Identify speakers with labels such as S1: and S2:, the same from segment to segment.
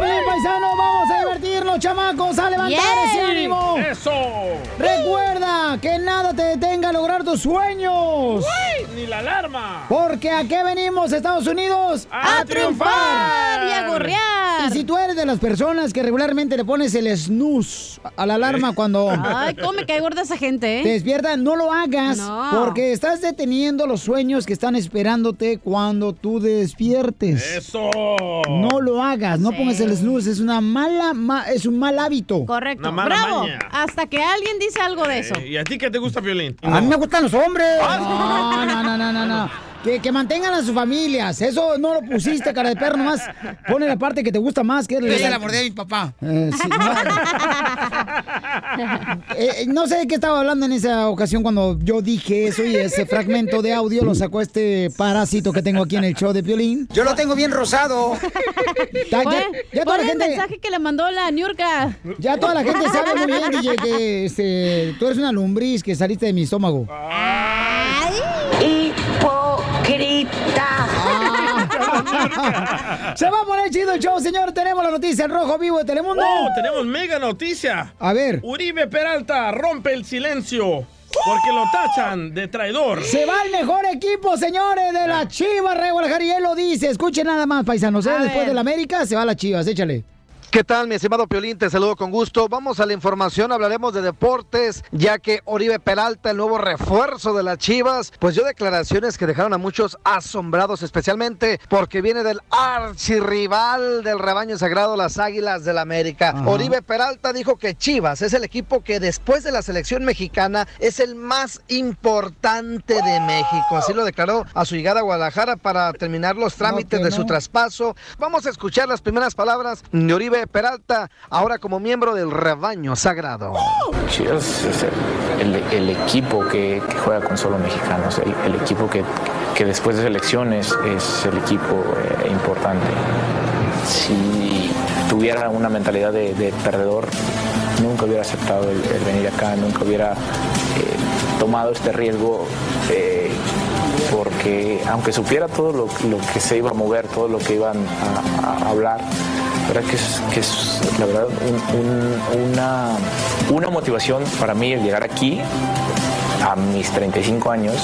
S1: Pelín Paisano. Vamos a divertirnos, chamacos, a levantar
S2: Yay.
S1: ese ánimo.
S2: Eso.
S1: Recuerda que nada te detenga a lograr tus sueños.
S2: Ni la alarma.
S1: Porque a qué venimos, Estados Unidos,
S2: A triunfar.
S1: y a gorrear. Y si tú eres de las personas que regularmente le pones el snooze a la alarma cuando
S3: Ay, cómo me cae gorda esa gente, ¿eh?
S1: te despierta, no lo hagas
S3: No.
S1: porque estás deteniendo los sueños que están esperándote cuando tú despiertes.
S2: Eso.
S1: No lo hagas, no pongas el snooze, es una mala, ma- es un mal hábito.
S3: Correcto.
S2: Una mala
S3: Bravo.
S2: maña.
S3: Hasta que alguien dice algo de eso.
S2: Eh, ¿Y a ti qué te gusta, Violín?
S1: A mí me gustan los hombres.
S2: Ah,
S1: No, no, no, no, no. no. Que, que mantengan a sus familias. Eso no lo pusiste, cara de perro, nomás. Pone la parte que te gusta más, que es
S4: Yo ya la mordí a mi papá.
S1: Eh, sí, no. Eh, eh, no sé de qué estaba hablando en esa ocasión cuando yo dije eso y ese fragmento de audio lo sacó este parásito que tengo aquí en el show de violín.
S4: Yo lo tengo bien rosado.
S1: Ya, ya-
S3: Pon-
S1: ya
S3: pon
S1: toda la
S3: el
S1: gente,
S3: mensaje que le mandó la Niurka.
S1: ya toda la gente sabe muy bien, DJ, que este, tú eres una lombriz que saliste de mi estómago.
S5: Hipócrita.
S1: Ah. Se va a poner chido el show, señor. Tenemos la noticia en rojo vivo de Telemundo.
S2: ¡Wow! Tenemos mega noticia.
S1: A ver,
S2: Uribe Peralta rompe el silencio porque lo tachan de traidor.
S1: se va el mejor equipo, señores, de la Chivas Rey Guadalajara. Y él lo dice. Escuchen nada más, paisanos. ¿eh?
S3: A
S1: Después
S3: ver.
S1: de la América, se va la Chivas. Échale.
S6: ¿Qué tal, mi estimado Piolín? Te saludo con gusto. Vamos a la información, hablaremos de deportes, ya que Oribe Peralta, el nuevo refuerzo de las Chivas, pues dio declaraciones que dejaron a muchos asombrados, especialmente porque viene del archirrival del rebaño sagrado, las Águilas del América.
S1: Ajá.
S6: Oribe Peralta dijo que Chivas es el equipo que después de la selección mexicana es el más importante de México. Así lo declaró a su llegada a Guadalajara para terminar los trámites
S1: que
S6: de su
S1: no.
S6: traspaso traspaso. Vamos a escuchar las primeras palabras de Oribe Peralta, ahora como miembro del rebaño sagrado.
S7: Chivas es el, el equipo que, que juega con solo mexicanos, el, el equipo que, que después de selecciones es el equipo eh, importante. Si tuviera una mentalidad de, de perdedor, nunca hubiera aceptado el, el venir acá, nunca hubiera eh, tomado este riesgo. eh, porque aunque supiera todo lo, lo que se iba a mover, todo lo que iban a, a- a hablar, la verdad que es, que es, la verdad un- un- una, una motivación para mí el llegar aquí a mis 35 años.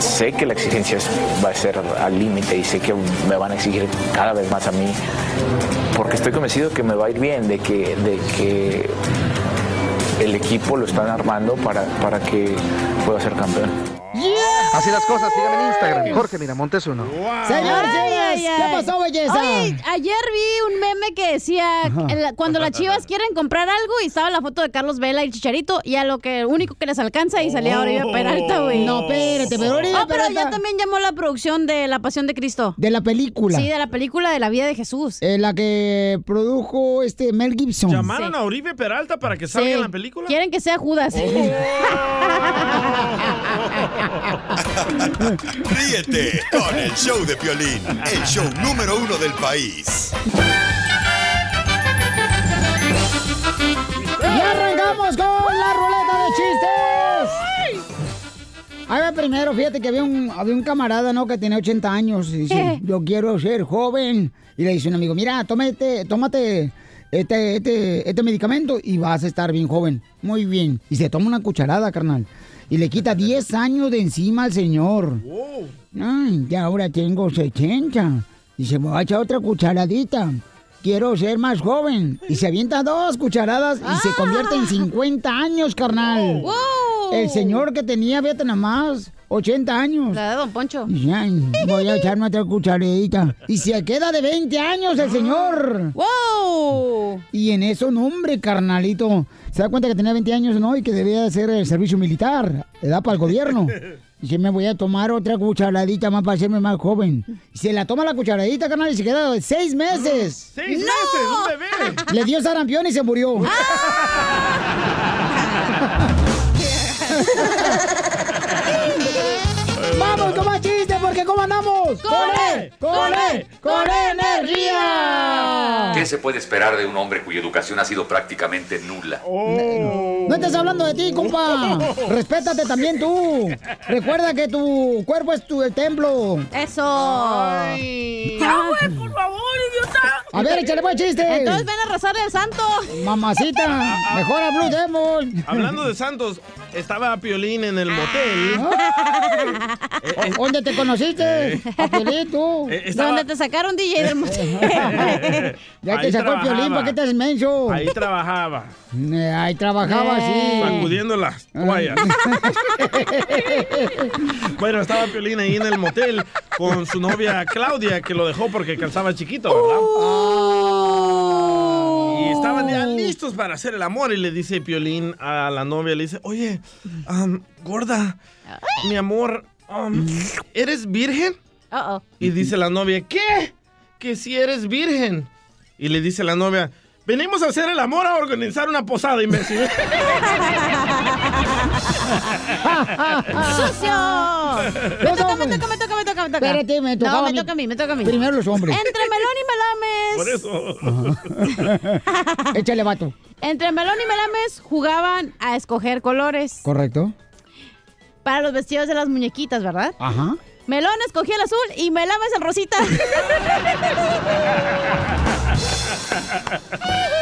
S7: Sé que la exigencia es- va a ser al límite y sé que me van a exigir cada vez más a mí, porque estoy convencido que me va a ir bien, de que, de que el equipo lo están armando para, para que pueda ser campeón.
S6: Así las cosas, síganme en Instagram, Jorge Miramontes uno.
S1: Señor,
S3: Ay,
S1: señores,
S3: ay,
S1: ¿qué
S3: ay.
S1: pasó, belleza?
S3: Oye, ayer vi un meme que decía el- cuando las chivas quieren comprar algo y estaba la foto de Carlos Vela y Chicharito y a lo que único que les alcanza y salía Oribe Peralta, güey.
S1: No, espérate, pero Oribe
S3: Ah, pero
S1: Peralta-
S3: ya también llamó la producción de La Pasión de Cristo.
S1: De la película.
S3: Sí, de la película de la vida de Jesús.
S1: eh, la que produjo este Mel Gibson.
S2: ¿Llamaron
S3: Sí.
S2: a Uribe Peralta para que salga
S3: Sí.
S2: en la película?
S3: Quieren que sea Judas.
S8: Ríete con el show de Piolín, el show número uno del país.
S1: Y arrancamos con la ruleta de chistes. Ahí va primero, fíjate que había un, había un camarada, ¿no? Que tenía 80 años y dice, yo quiero ser joven. Y le dice un amigo, mira, tómate, tómate este, este, este medicamento y vas a estar bien joven. Muy bien. Y se toma una cucharada, carnal. Y le quita 10 años de encima al señor.
S2: Wow.
S1: Ay, ya ahora tengo 70. Y se me va a echar otra cucharadita. Quiero ser más joven. Y se avienta dos cucharadas y se convierte en 50 años, carnal.
S3: ¡Wow!
S1: El señor que tenía, fíjate nada más, 80 años.
S3: La de Don Poncho.
S1: Y dice, "Ay, voy a echarme otra cucharadita. Y se queda de 20 años el señor.
S3: ¡Wow!
S1: Y en eso, no, hombre, carnalito. Se da cuenta que tenía 20 años, ¿no? Y que debía hacer el servicio militar. Edad para el gobierno. Y dice, me voy a tomar otra cucharadita más para hacerme más joven. Y se la toma la cucharadita, carnal, y se queda de seis meses.
S2: Seis meses, un bebé.
S1: ¡Ah! Le dio sarampión y se murió. ¡Vamos con más chistes! Porque ¿cómo andamos?
S5: ¡Con él!
S1: E, ¡Con él! ¡Con energía!
S9: ¿Qué se puede esperar de un hombre cuya educación ha sido prácticamente nula?
S1: No estás hablando de ti, compa. Respétate también tú. Recuerda que tu cuerpo es tu el templo.
S3: Eso.
S1: Ah.
S3: por favor, idiota!
S1: Oh. A ver, échale pues, buen chiste.
S3: Entonces ven a rezar el santo.
S1: Mamacita, mejor a Blue Demon.
S2: Hablando de Santos, estaba Piolín en el motel.
S1: ¿O- Ah. ¿Dónde te conociste? A Piolín, tú.
S2: Eh, estaba- eh,
S3: ¿Dónde te sacaron, DJ, del motel?
S1: Ya te
S2: Ahí
S1: sacó el
S2: trabajaba.
S1: Piolín, ¿para qué te haces menso?
S2: Ahí trabajaba.
S1: Eh, Ahí trabajaba, sí.
S2: Sacudiendo las toallas. bueno, estaba Piolín ahí en el motel con su novia Claudia, que lo dejó porque calzaba chiquito, ¿verdad?
S1: ¡Oh!
S2: Y estaban ya
S5: Oh.
S2: listos para hacer el amor. Y le dice Piolín a la novia, le dice, oye, am, gorda, mi amor, am, ¿eres virgen?
S3: Uh-oh.
S2: Y dice la novia, ¿qué? Que si eres virgen. Y le dice la novia, venimos a hacer el amor a organizar una posada, imbécil.
S3: ¡Sucio! Me toca, me toca, me toca, me toca, me toca.
S1: Espérate, me tocaba
S3: No,
S1: a
S3: me
S1: mí.
S3: toca a mí, me toca a mí.
S1: Primero los hombres.
S3: Entre melón y melames.
S2: Por eso.
S1: Échale vato.
S3: Entre melón y melames jugaban a escoger colores
S1: ¿Correcto?
S3: para los vestidos de las muñequitas, ¿verdad?
S1: Ajá.
S3: Melón escogía el azul y melames el rosita.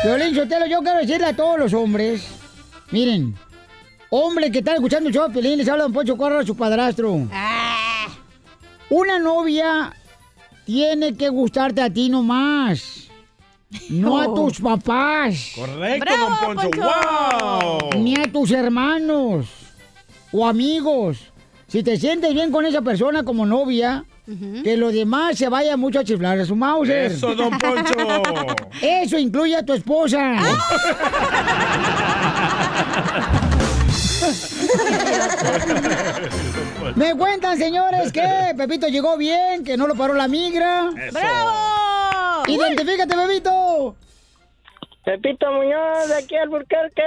S1: Violín Sotelo, yo quiero decirle a todos los hombres, miren, hombres que están escuchando el show de Piolín, les habla Don Poncho Corra a su padrastro.
S3: Ah.
S1: Una novia tiene que gustarte a ti nomás, no a
S3: Oh.
S1: tus papás,
S2: Correcto,
S3: ¡Bravo,
S2: don Poncho.
S3: Poncho!
S2: ¡Wow!
S1: ni a tus hermanos o amigos. Si te sientes bien con esa persona como novia, que los demás se vayan mucho a chiflar a su Mauser.
S2: Eso, don Poncho.
S1: Eso incluye a tu esposa.
S3: Ah.
S1: Me cuentan, señores, que Pepito llegó bien, que no lo paró la migra.
S3: ¡Bravo!
S1: Identifícate, Pepito.
S10: Pepito Muñoz, de aquí al Burquerque.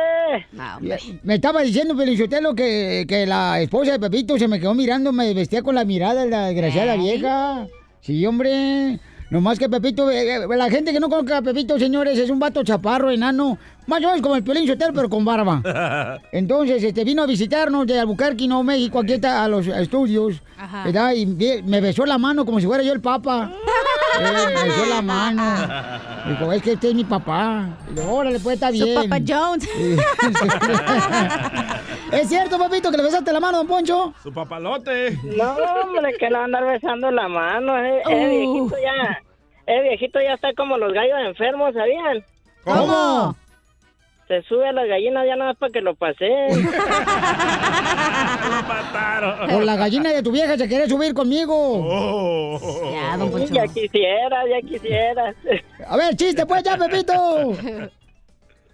S3: No, Ah, hombre.
S1: Me- Me estaba diciendo, Felicitelo, que, que la esposa de Pepito se me quedó mirando, me vestía con la mirada, la desgraciada
S3: Ay.
S1: vieja. Sí, hombre. Nomás que Pepito, eh, eh, la gente que no conozca a Pepito, señores, es un vato chaparro, enano, más o menos como el Piolín Sotelo, pero con barba. Entonces, este, vino a visitarnos de Albuquerque, Nuevo México, aquí está a los estudios,
S3: Ajá.
S1: ¿verdad? Y vi- me besó la mano como si fuera yo el papa. Eh, me besó la mano. Dijo, es que este es mi papá. Y yo, órale, pues, está bien.
S3: Su Papa Jones.
S1: ¿Es cierto, papito, que le besaste la mano, don Poncho?
S2: Su papalote.
S10: No, hombre, que le va a andar besando la mano. Eh, eh,
S3: Uh.
S10: viejito ya. Eh, viejito ya está como los gallos enfermos, ¿sabían?
S1: ¿Cómo?
S10: Se sube a las gallinas ya nada más para que lo paseen.
S2: Lo mataron.
S1: Por la gallina de tu vieja se quiere subir conmigo.
S2: Oh.
S3: ya, don
S10: Sí,
S3: Poncho.
S10: ya quisieras, ya quisieras.
S1: A ver, chiste, pues ya, Pepito.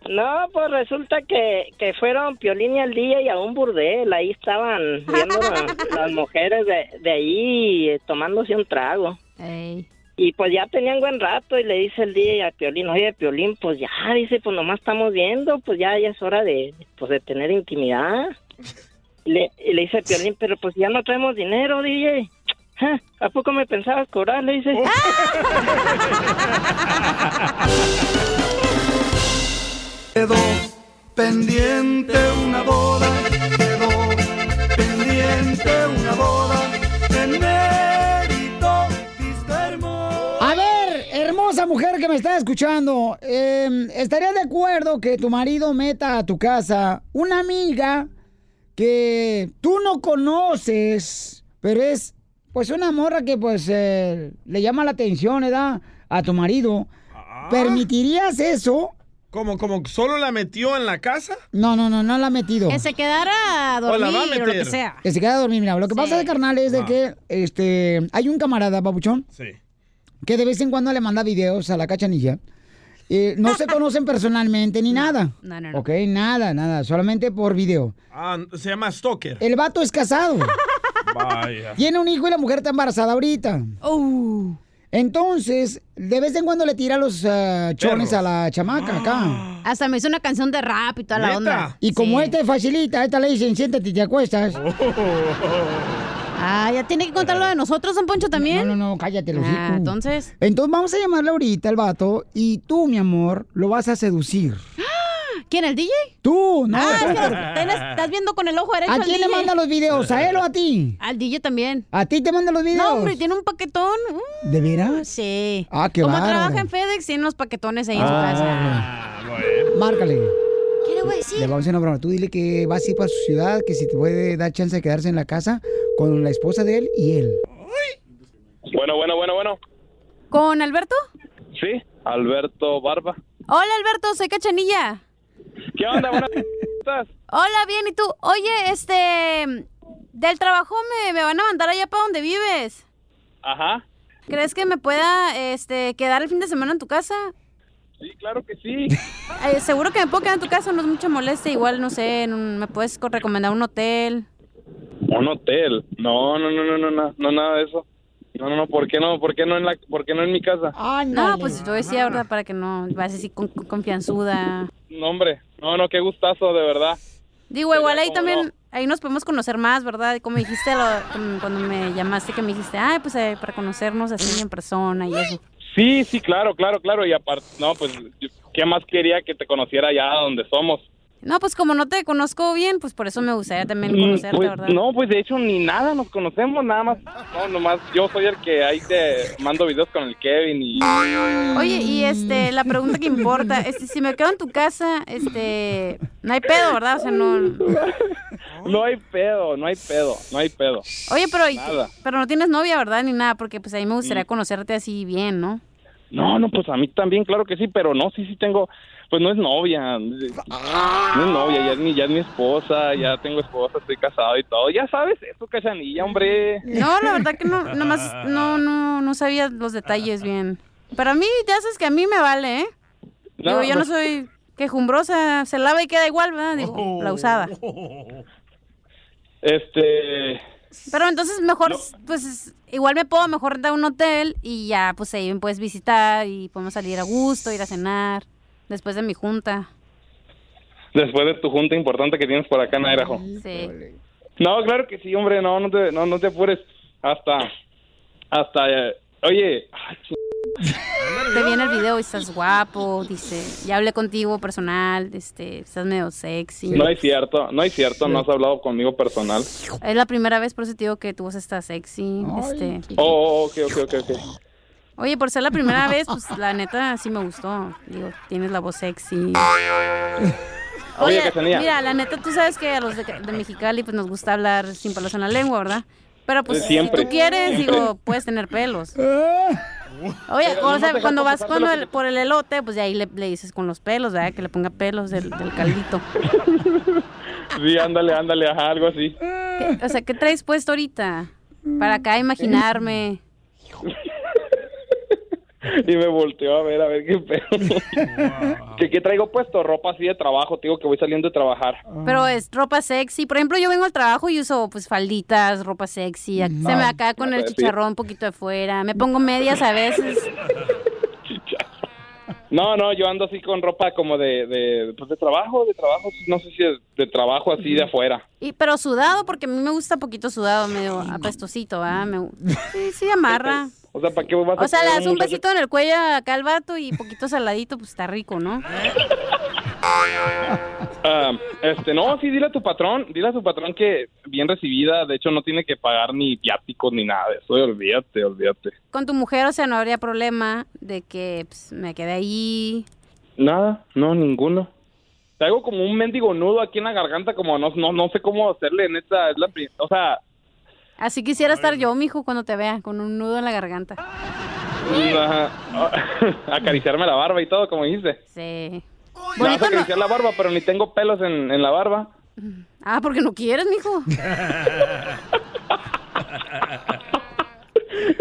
S10: No, pues resulta que, que fueron Piolín y al día y a un burdel. Ahí estaban viendo la- las mujeres de, de ahí eh, tomándose un trago.
S3: Ey.
S10: Y pues ya tenían buen rato y le dice el día a Piolín, oye Piolín, pues ya, dice, pues nomás estamos viendo, pues ya, ya es hora de, pues de tener intimidad. Y le, y le dice Piolín, pero pues ya no traemos dinero, DJ. "Ja, ¿A poco me pensabas cobrar? Le dice.
S5: Quedó pendiente una boda. Quedó pendiente una boda. En mérito Piscarmo.
S1: A ver, hermosa mujer que me está escuchando, eh, ¿estaría de acuerdo que tu marido meta a tu casa una amiga que tú no conoces, pero es pues una morra que pues eh, le llama la atención, ¿verdad? A tu marido. ¿Permitirías eso?
S2: Ah. ¿Cómo, cómo? ¿Solo la metió en la casa?
S1: No, no, no, no la ha metido.
S3: Que se quedara a
S2: O la va a
S3: dormir o lo que
S2: meter.
S3: sea.
S1: Que se queda a dormir, mira. Lo que
S3: Sí.
S1: pasa, carnal, es de
S2: Ah.
S1: que este, hay un camarada, papuchón,
S2: Sí.
S1: que de vez en cuando le manda videos a la cachanilla. Eh, no se conocen personalmente ni nada.
S3: no, no, no.
S1: Ok, nada, nada. Solamente por video.
S2: Ah, se llama Stalker.
S1: El vato es casado.
S2: Vaya.
S1: tiene un hijo y la mujer está embarazada ahorita.
S3: Uh,
S1: Entonces, de vez en cuando le tira los ah, chones a la chamaca acá.
S3: Hasta me hizo una canción de rap y toda la onda.
S1: Y como
S3: Sí. Oh.
S1: esta es facilita, a esta le dicen, siéntate y te acuestas.
S3: Ah, ya tiene que contar lo de nosotros, don Poncho, también.
S1: No, no, no, cállate, lo
S3: Ah, entonces.
S1: Entonces vamos a llamarle ahorita al vato y tú, mi amor, lo vas a seducir.
S3: ¿Quién, el DJ?
S1: Tú, no.
S3: Ah, es que
S1: nosotros.
S3: tenés- estás viendo con el ojo derecho.
S1: ¿A
S3: al
S1: quién le
S3: DJ?
S1: manda los videos? ¿A él o a ti?
S3: Al DJ también.
S1: ¿A ti te manda los videos?
S3: No, hombre, tiene un paquetón. Uh,
S1: ¿De veras?
S3: sí.
S1: Ah, qué
S3: Como
S1: bárbaro.
S3: trabaja en FedEx, tiene los paquetones ahí en
S1: Ah,
S3: su casa.
S1: Márcale.
S3: ¿Qué le voy a
S1: Le
S3: decir?
S1: vamos a hacer una broma. Tú dile que vas a ir para su ciudad, que si te puede dar chance de quedarse en la casa con la esposa de él y él.
S11: Bueno, bueno, bueno, bueno.
S3: ¿Con Alberto?
S11: Sí, Alberto Barba.
S3: Hola, Alberto, soy Cachanilla.
S11: ¿Qué onda? Buenas-
S3: Hola, bien, ¿y tú? Oye, este. Del trabajo me, me van a mandar allá para donde vives.
S11: Ajá.
S3: ¿Crees que me pueda este, quedar el fin de semana en tu casa?
S11: Sí, claro que sí.
S3: Eh, seguro que me puedo quedar en tu casa, no es mucha molestia. Igual, no sé, en un- me puedes co- recomendar un hotel.
S11: Un hotel. No, no, no, no, no, no, no, nada de eso. No, no, no, ¿por qué no? ¿Por qué no en la por qué no en mi casa?
S3: no, pues yo decía, ¿verdad? Para que no vayas así con, con- confianzuda.
S11: No, hombre. No, no, qué gustazo, de verdad.
S3: Digo, igual ahí también, ahí nos podemos conocer más, ¿verdad? Como dijiste lo- como cuando me llamaste, que me dijiste, ay, pues eh, para conocernos así en persona y eso.
S11: Sí, sí, claro, claro, claro. Y aparte, no, pues, yo- ¿qué más quería que te conociera allá donde somos?
S3: No, pues como no te conozco bien, pues por eso me gustaría también
S11: Mm,
S3: conocerte,
S11: pues,
S3: ¿verdad?
S11: no, pues de hecho ni nada, nos conocemos nada más. No, nomás yo soy el que ahí te mando videos con el Kevin y...
S3: Oye, y este, la pregunta que importa, este, si me quedo en tu casa, este, no hay pedo, ¿verdad? O sea, no.
S11: No hay pedo, no hay pedo, no hay pedo.
S3: Oye, pero, y-
S11: Nada. Mm.
S3: pero no tienes novia, ¿verdad? Ni nada, porque pues ahí me gustaría conocerte así bien, ¿no?
S11: No, no, pues a mí también, claro que sí, pero no, sí, sí tengo... Pues no es novia, no es novia, ya es mi, ya es mi esposa, ya tengo esposa, estoy casado y todo. Ya sabes eso, cachanilla, hombre.
S3: No, la verdad que no, nomás no, no, no sabía los detalles bien. Para mí, ya sabes que a mí me vale, ¿eh?
S11: No,
S3: Digo, yo no
S11: no.
S3: soy quejumbrosa, se lava y queda igual, ¿verdad? Digo, la usada.
S11: Este...
S3: Pero entonces mejor, pues es- igual me puedo mejor rentar un hotel y ya, pues ahí me puedes visitar y podemos salir a gusto, ir a cenar, después de mi junta.
S11: Después de tu junta importante que tienes por acá en Idaho.
S3: Sí.
S11: No, claro que sí, hombre, no, no te, no, no te apures. Hasta, hasta, eh, oye, ay, ch-
S3: Te viene el video y estás guapo, dice, ya hablé contigo personal, este, estás medio sexy.
S11: no es cierto, no es cierto, no has hablado conmigo personal.
S3: Es la primera vez, por eso te digo que tu voz está sexy. Este.
S11: Oh, oh, ok, ok, ok, ok.
S3: Oye, por ser la primera vez, pues la neta sí me gustó. Digo, tienes la voz sexy.
S11: Oye,
S3: Oye,
S11: Cachanilla.
S3: mira, la neta, tú sabes que a los de, de Mexicali pues nos gusta hablar sin pelos en la lengua, ¿verdad? Pero pues
S11: Eh, siempre.
S3: si tú quieres,
S11: Siempre.
S3: digo, puedes tener pelos. Oye,
S11: Pero
S3: o
S11: no
S3: sea,
S11: te
S3: cuando vas
S11: dejas
S3: cuando
S11: pasar
S3: el- por el elote, pues de ahí le, le dices con los pelos, ¿verdad? Que le ponga pelos del, del caldito.
S11: Sí, ándale, ándale, ajá, algo así.
S3: ¿Qué- O sea, ¿qué traes puesto ahorita? Para acá imaginarme.
S11: Y me volteó a ver, a ver qué pedo. ¿Qué, qué traigo puesto? Ropa así de trabajo, te digo que voy saliendo de trabajar.
S3: Pero es ropa sexy. Por ejemplo, yo vengo al trabajo y uso pues falditas, ropa sexy. Se me va acá con el
S11: Sí.
S3: chicharrón un poquito de fuera. Me pongo medias a veces.
S11: No, no, yo ando así con ropa como de, de, pues de trabajo, de trabajo, no sé si es de trabajo así de afuera.
S3: Y, pero sudado, porque a mí me gusta poquito sudado, medio apestosito, ¿ah? Me- sí, sí, amarra.
S11: O sea, ¿para qué vas a
S3: O sea, le
S11: traer
S3: das un
S11: muchacho?
S3: besito en el cuello acá al vato y poquito saladito, pues está rico, ¿no?
S11: Ah, este, no, sí, dile a tu patrón, dile a tu patrón que bien recibida, de hecho no tiene que pagar ni viáticos ni nada de eso, olvídate, olvídate.
S3: Con tu mujer, o sea, no habría problema de que pues, me quede ahí.
S11: Nada, no, ninguno. Traigo como un mendigo nudo aquí en la garganta, como no, no, no sé cómo hacerle, neta, es la pri- o sea,
S3: Así quisiera estar yo, mijo, cuando te vea, con un nudo en la garganta.
S11: ajá, acariciarme la barba y todo, como dijiste.
S3: Sí.
S11: Me vas a acariciar la barba, pero ni tengo pelos en, en la barba.
S3: Ah, porque no quieres, mijo.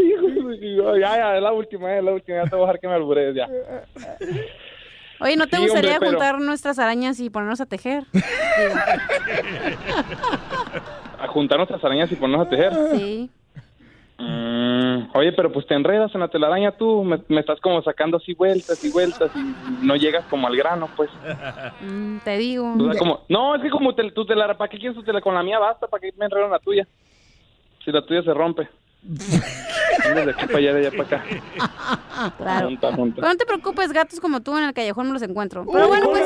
S11: Hijo de- ya, ya, es la última, eh, es la última, ya te voy a dejar que me albures, ya.
S3: Oye, ¿no te
S11: Sí,
S3: gustaría
S11: hombre, pero-
S3: juntar nuestras arañas y ponernos a tejer?
S11: A juntar nuestras arañas y ponernos a tejer.
S3: Sí.
S11: Mm, Oye, pero pues te enredas en la telaraña tú, me, me estás como sacando así vueltas y vueltas y no llegas como al grano, pues.
S3: Mm, te digo.
S11: O sea, como, no, es que como te, tu telaraña, ¿para qué quieres tu telaraña? Con la mía basta, ¿para qué me enredo en la tuya? Si la tuya se rompe. Andas de aquí para allá, de allá para acá.
S3: Claro.
S11: Junta, junta.
S3: Pero no te preocupes, gatos como tú en el callejón me los encuentro. Pero bueno, pues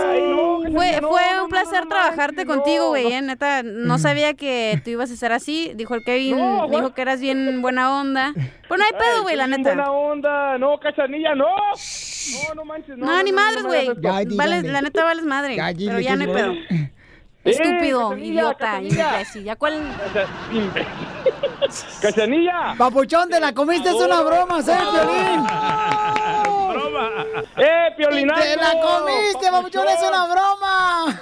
S3: fue, fue un placer trabajarte contigo, güey. eh, Neta, no sabía que tú ibas a ser así. Dijo el Kevin,
S11: Mm. No, güey.
S3: dijo que eras bien buena onda. Pues no hay pedo, güey, la
S11: Kevin,
S3: neta.
S11: buena onda. No, cachanilla, no. No, no manches, no.
S3: No, ni madres, güey.
S11: Ya, dígale.
S3: Vales- la neta vales madre.
S11: dile
S3: pero ya
S11: que
S3: no hay
S11: no.
S3: pedo.
S11: Eh,
S3: Estúpido,
S11: Cachanilla,
S3: idiota,
S11: Cachanilla.
S3: imbécil. ¿Ya cuál?
S11: ¡Cachanilla!
S1: Papuchón, te la comiste, es una broma, ¿eh, Piolín?
S11: ¡Eh, Piolinazo!
S1: ¡Te la comiste, papuchón, es una broma!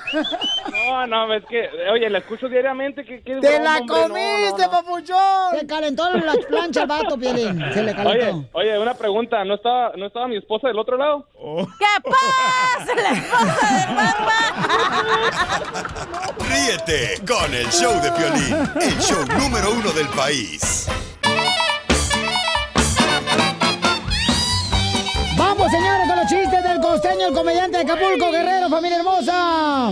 S11: No, no, es que, oye, la escucho diariamente. que que es
S1: ¡Te
S11: broma,
S1: la
S11: hombre, no, no,
S1: comiste, papuchón! Se calentó la plancha el vato, Piolín. Se le calentó.
S11: Oye, oye, una pregunta, ¿no estaba, ¿no estaba mi esposa del otro lado?
S1: Oh.
S3: ¿Qué pasa? La esposa del
S8: Ríete con el show de Piolín, el show número uno del país.
S1: Vamos, señores, con los chistes del costeño, el comediante de Acapulco, Guerrero, familia hermosa.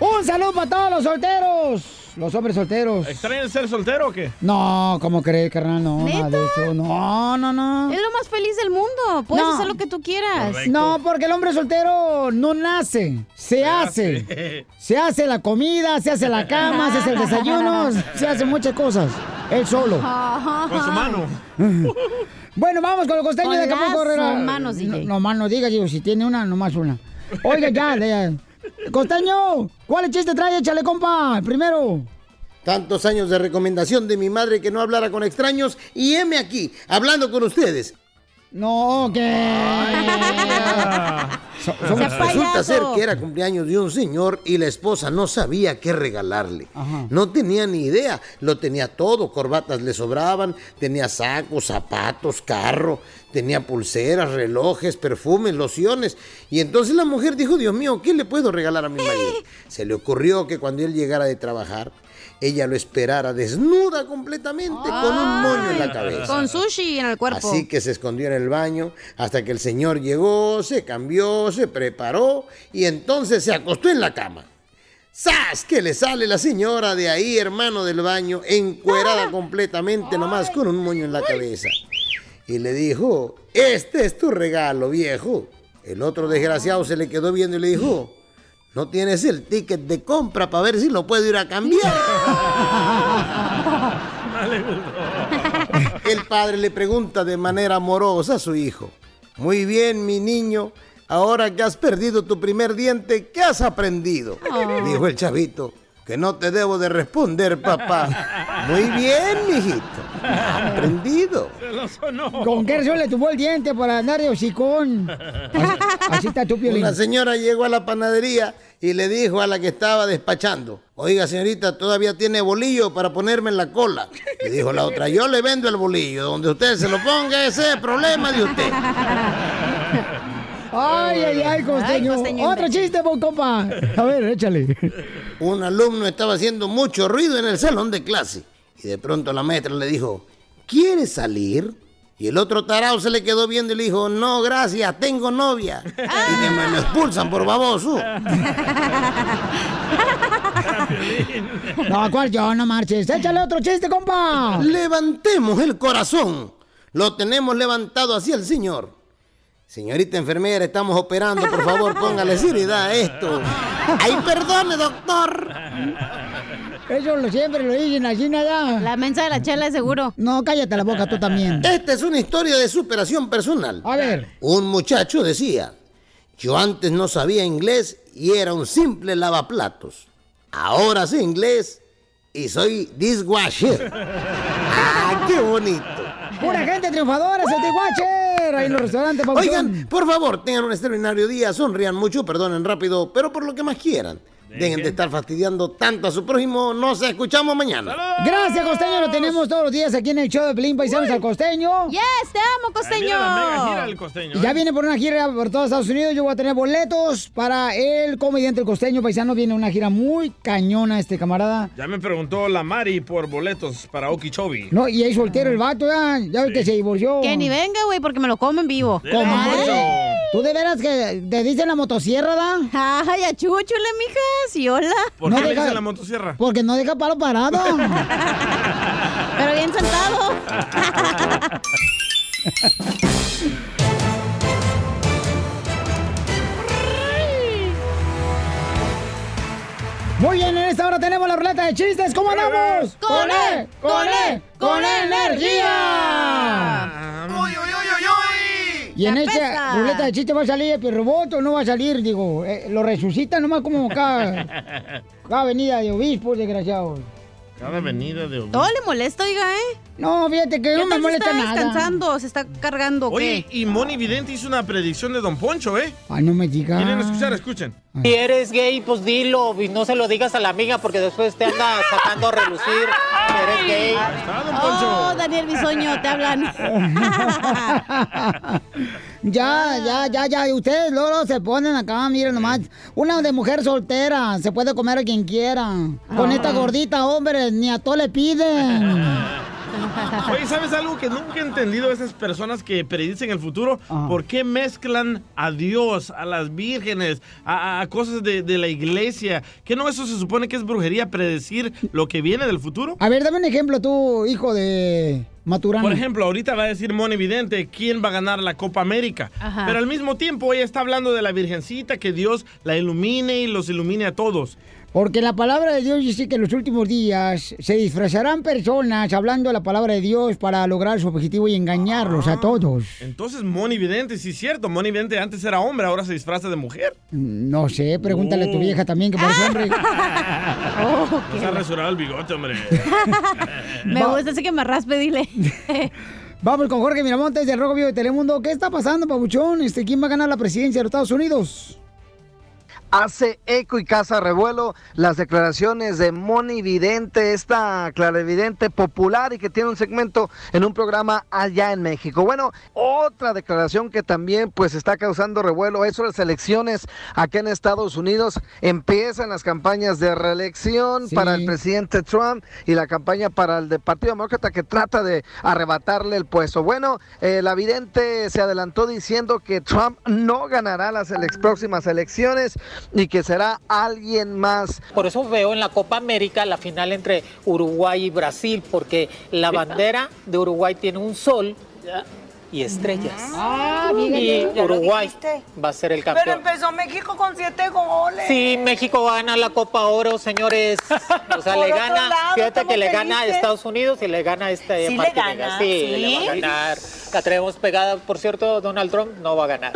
S1: Un saludo para todos los solteros. Los hombres solteros.
S2: ¿Extrañas ser soltero o qué?
S1: No, ¿cómo crees, carnal? No, nada de eso. No, no, no.
S3: Es lo más feliz del mundo. Puedes hacer lo que tú quieras.
S1: No, porque el hombre soltero no nace, se hace. Se hace la comida, se hace la cama, se hace el desayuno, se hace muchas cosas. Él solo.
S5: Con su mano.
S1: Bueno, vamos con el costeño
S5: Con
S1: de Acapulco,
S5: las
S1: Herrera.
S5: manos, DJ.
S1: No, no más no diga, digo, si tiene una, nomás una. Oiga, ya, ya. Costeño, ¿cuál chiste trae? Échale, compa, el primero.
S12: Tantos años de recomendación de mi madre que no hablara con extraños y heme aquí, hablando con ustedes.
S1: No,
S12: que... Resulta ser que era cumpleaños de un señor y la esposa no sabía qué regalarle. No tenía ni idea, lo tenía todo, corbatas le sobraban, tenía sacos, zapatos, carro, tenía pulseras, relojes, perfumes, lociones. Y entonces la mujer dijo, Dios mío, ¿qué le puedo regalar a mi marido? Se le ocurrió que cuando él llegara de trabajar, ella lo esperara desnuda completamente, con un moño en la cabeza.
S3: Con sushi en el cuerpo.
S12: Así que se escondió en el baño hasta que el señor llegó, se cambió, se preparó y entonces se acostó en la cama. ¡Sas! Que le sale la señora de ahí, hermano del baño, encuerada completamente, nomás con un moño en la cabeza. Y le dijo, este es tu regalo, viejo. El otro desgraciado se le quedó viendo y le dijo, no tienes el ticket de compra para ver si lo puedo ir a cambiar. El padre le pregunta de manera amorosa a su hijo. Muy bien, mi niño. Ahora que has perdido tu primer diente, ¿qué has aprendido?
S5: Oh.
S12: Dijo el chavito. Que no te debo de responder, papá. Muy bien, mijito. Has aprendido.
S1: ¿Con qué razón le tuvo el diente para andar de hocicón? Así, así está tu piolín.
S12: Una señora llegó a la panadería y le dijo a la que estaba despachando, oiga señorita, todavía tiene bolillo para ponerme en la cola. Le dijo la otra, yo le vendo el bolillo, donde usted se lo ponga, ese es problema de usted.
S1: Ay, ay, ay, costeño. Otro chiste, po, compa. A ver, échale.
S12: Un alumno estaba haciendo mucho ruido en el salón de clase y de pronto la maestra le dijo, ¿quieres salir? Y el otro tarao se le quedó viendo y le dijo, no, gracias, tengo novia. Y que me lo expulsan por baboso.
S1: No, cuál yo, no marches. Échale otro chiste, compa.
S12: Levantemos el corazón. Lo tenemos levantado hacia el Señor. Señorita enfermera, estamos operando. Por favor, póngale seriedad a esto. Ay, perdone, doctor.
S1: Ellos lo siempre lo dicen así nada.
S3: La mensa de la chela es seguro.
S1: No, cállate la boca tú también.
S12: Esta es una historia de superación personal.
S1: A ver.
S12: Un muchacho decía, yo antes no sabía inglés y era un simple lavaplatos. Ahora sé inglés y soy dishwasher. ¡Ah, qué bonito!
S1: Pura gente triunfadora, se te guacher. Ahí en los restaurantes, papuchón.
S12: Oigan, por favor, tengan un extraordinario día, sonrían mucho, perdonen rápido, pero por lo que más quieran. Dejen de estar fastidiando tanto a su prójimo. Nos escuchamos mañana.
S1: Gracias, costeño. Lo tenemos todos los días aquí en el show de Pelín Paisanos al costeño.
S3: Yes, te amo, costeño.
S1: Y ya viene por una gira por todos Estados Unidos. Yo voy a tener boletos para el comediante el costeño paisano. Viene una gira muy cañona este camarada.
S2: Ya me preguntó la Mari por boletos para Okeechobee.
S1: No, y ahí soltero el vato, ya, ya ves que se divorció.
S3: Que ni venga, güey, porque me lo como en vivo.
S1: Comadre, ¿Tú de veras que te dicen la motosierra, da?
S3: Ay, achúchule, mijas, y hola.
S2: ¿Por qué le dicen la motosierra?
S1: Porque no deja palo parado.
S3: Pero bien sentado.
S1: Muy bien, en esta hora tenemos la ruleta de chistes. ¿Cómo andamos?
S5: ¡Con E! ¡Con E! ¡Con energía!
S1: Ah. ¡Uy, uy, uy, uy, Y en esta ruleta de chistes va a salir el robot o no va a salir, digo. eh, lo resucita nomás como cada, cada avenida de obispos, desgraciados.
S2: Cada avenida de
S3: Todo le molesta, oiga, ¿eh?
S1: No, fíjate que
S3: ¿Qué
S1: no me
S3: tal si
S1: molesta
S3: está
S1: nada.
S3: descansando, se está cargando.
S2: Oye, y Moni Vidente hizo una predicción de Don Poncho, ¿eh?
S1: Ay, no me digas.
S2: Quieren escuchar, escuchen.
S13: Si eres gay, pues dilo, y no se lo digas a la amiga porque después te anda sacando a relucir que eres gay.
S3: Oh, Daniel Bisoño, te hablan.
S2: Ah.
S1: Ya, ya, ya, ya. Y ustedes luego se ponen acá, miren nomás. Una de mujer soltera, se puede comer a quien quiera. Con
S2: Ah.
S1: esta gordita, hombre, ni a todo le piden.
S2: Oye, ¿sabes algo que nunca he entendido? Esas personas que predicen el futuro, ¿por qué mezclan a Dios, a las vírgenes, a, a- a cosas de, de la iglesia? ¿Qué no eso se supone que es brujería predecir lo que viene del futuro?
S1: A ver, dame un ejemplo tú, hijo de Maturana.
S2: Por ejemplo, ahorita va a decir Moni Vidente quién va a ganar la Copa América.
S1: Ajá.
S2: Pero al mismo tiempo ella está hablando de la Virgencita, que Dios la ilumine y los ilumine a todos.
S1: Porque la palabra de Dios dice que en los últimos días se disfrazarán personas hablando la palabra de Dios para lograr su objetivo y engañarlos
S2: Ah.
S1: a todos.
S2: Entonces, Moni Vidente, sí es cierto, Moni Vidente antes era hombre, ahora se disfraza de mujer.
S1: No sé, pregúntale a tu vieja también, que por
S2: Ah.
S1: hombre.
S2: No se ha rasurado el bigote, hombre.
S3: Me gusta ese que me raspe, dile.
S1: Vamos con Jorge Miramontes de Rojo Vivo de Telemundo. ¿Qué está pasando, Pabuchón? Este, ¿Quién va a ganar la presidencia de los Estados Unidos?
S6: hace eco y casa revuelo las declaraciones de Moni Vidente, esta clarividente popular y que tiene un segmento en un programa allá en México. Bueno, otra declaración que también pues está causando revuelo es sobre las elecciones acá en Estados Unidos. Empiezan las campañas de reelección para el presidente Trump y la campaña para el de Partido Demócrata que trata de arrebatarle el puesto. Bueno, eh, la vidente se adelantó diciendo que Trump no ganará las elec- próximas elecciones y que será alguien más.
S13: Por eso veo en la Copa América la final entre Uruguay y Brasil, porque la bandera de Uruguay tiene un sol y estrellas.
S14: Ah,
S13: y Uruguay
S14: fíjate. Ya lo dijiste.
S13: va a ser el
S14: Pero
S13: campeón.
S14: empezó México con siete goles.
S13: Sí, México va a ganar la Copa Oro, señores. O sea,
S14: Por
S13: le
S14: otro
S13: gana,
S14: lado,
S13: fíjate
S14: ¿cómo
S13: que le
S14: te
S13: gana a
S14: dice?
S13: Estados Unidos y le gana este
S14: Sí le
S13: Martínez.
S14: gana,
S13: Sí,
S14: ¿sí?
S13: le va a ganar. La traemos pegada, por cierto, Donald Trump no va a ganar.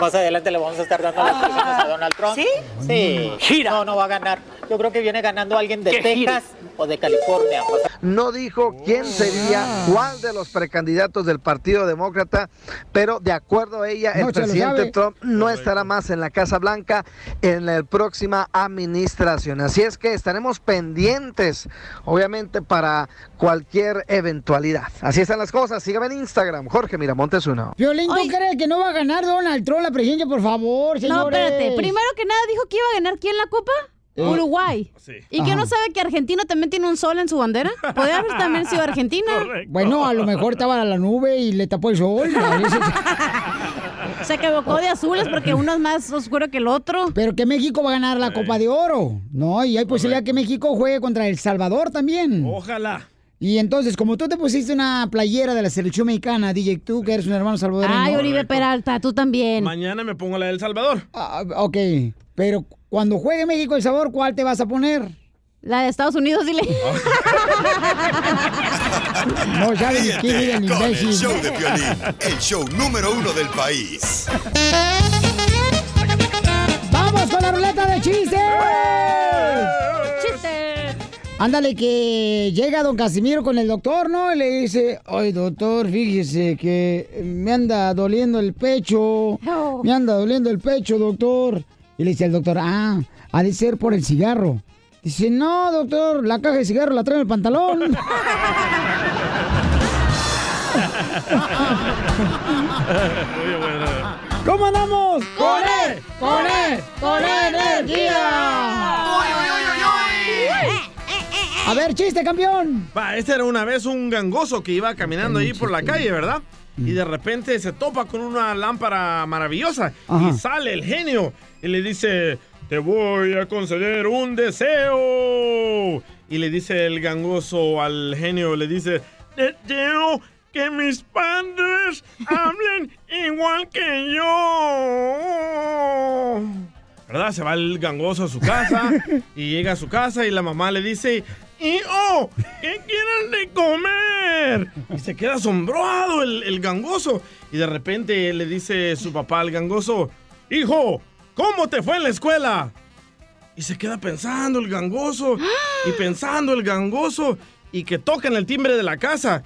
S13: Más adelante le vamos a estar dando las
S14: Ah.
S13: personas a Donald Trump. ¿Sí? Sí. Gira. No, no va a ganar. Yo creo que viene ganando alguien de
S6: Que
S13: Texas
S6: gire.
S13: o de California. O sea,
S6: No dijo quién sería,
S12: Oh.
S6: cuál de los precandidatos del Partido Demócrata, pero de acuerdo a ella, el
S12: No se lo sabe.
S6: presidente Trump no estará más en la Casa Blanca en la próxima administración. Así es que estaremos pendientes, obviamente, para cualquier eventualidad. Así están las cosas. Sígame en Instagram, Jorge Miramontes uno.
S1: Violín, ¿tú crees que no va a ganar Donald Trump la presidencia? Por favor,
S3: No,
S1: señores.
S3: espérate. Primero que nada dijo que iba a ganar quién la copa?
S1: Eh,
S3: Uruguay.
S1: sí.
S3: ¿Y que
S1: Ajá.
S3: no sabe que Argentina también tiene un sol en su bandera? Podría haber también sido Argentina.
S1: Bueno, a lo mejor estaba la nube y le tapó el sol. A veces-
S3: Se equivocó de azules porque uno es más oscuro que el otro.
S1: Pero que México va a ganar la Copa de Oro, ¿no? Y hay posibilidad que México juegue contra El Salvador también.
S2: Ojalá.
S1: Y entonces, como tú te pusiste una playera de la selección mexicana, DJ, tú que eres un hermano salvadoreño.
S3: Ay, Oribe Peralta, tú también.
S2: Mañana me pongo la del Salvador.
S1: Ah, ok, pero cuando juegue México El Salvador, ¿cuál te vas a poner?
S3: La de Estados Unidos, dile.
S1: No, ya ni
S8: Ríete
S1: quién vive el
S8: con el
S1: imbécil.
S8: show de Piolín, el show número uno del país.
S1: ¡Vamos con la ruleta de chistes! Ándale, que llega don Casimiro con el doctor, ¿no? Y le dice, oye, doctor, fíjese
S5: Oh.
S1: que me anda doliendo el pecho. Me anda doliendo el pecho, doctor. Y le dice al doctor, ah, ha de ser por el cigarro. Dice, no, doctor, la caja de cigarro la trae en el pantalón.
S5: Muy bueno.
S1: ¿Cómo andamos?
S5: ¡Con él! ¡Con él! ¡Con E energía!
S1: A ver, chiste, campeón.
S2: Va, este era una vez un gangoso que iba caminando ahí por la calle, ¿verdad? Y de repente se topa con una lámpara maravillosa
S5: Ajá.
S2: y sale el genio y le dice, te voy a conceder un deseo. Y le dice el gangoso al genio, le dice, Deseo que mis padres hablen igual que yo. ¿verdad? Se va el gangoso a su casa y llega a su casa y la mamá le dice, ¡Hijo! ¿Qué quieres de comer? Y se queda asombrado el, el gangoso. Y de repente le dice su papá al gangoso, Hijo, ¿cómo te fue en la escuela? Y se queda pensando el gangoso y pensando el gangoso y que tocan el timbre de la casa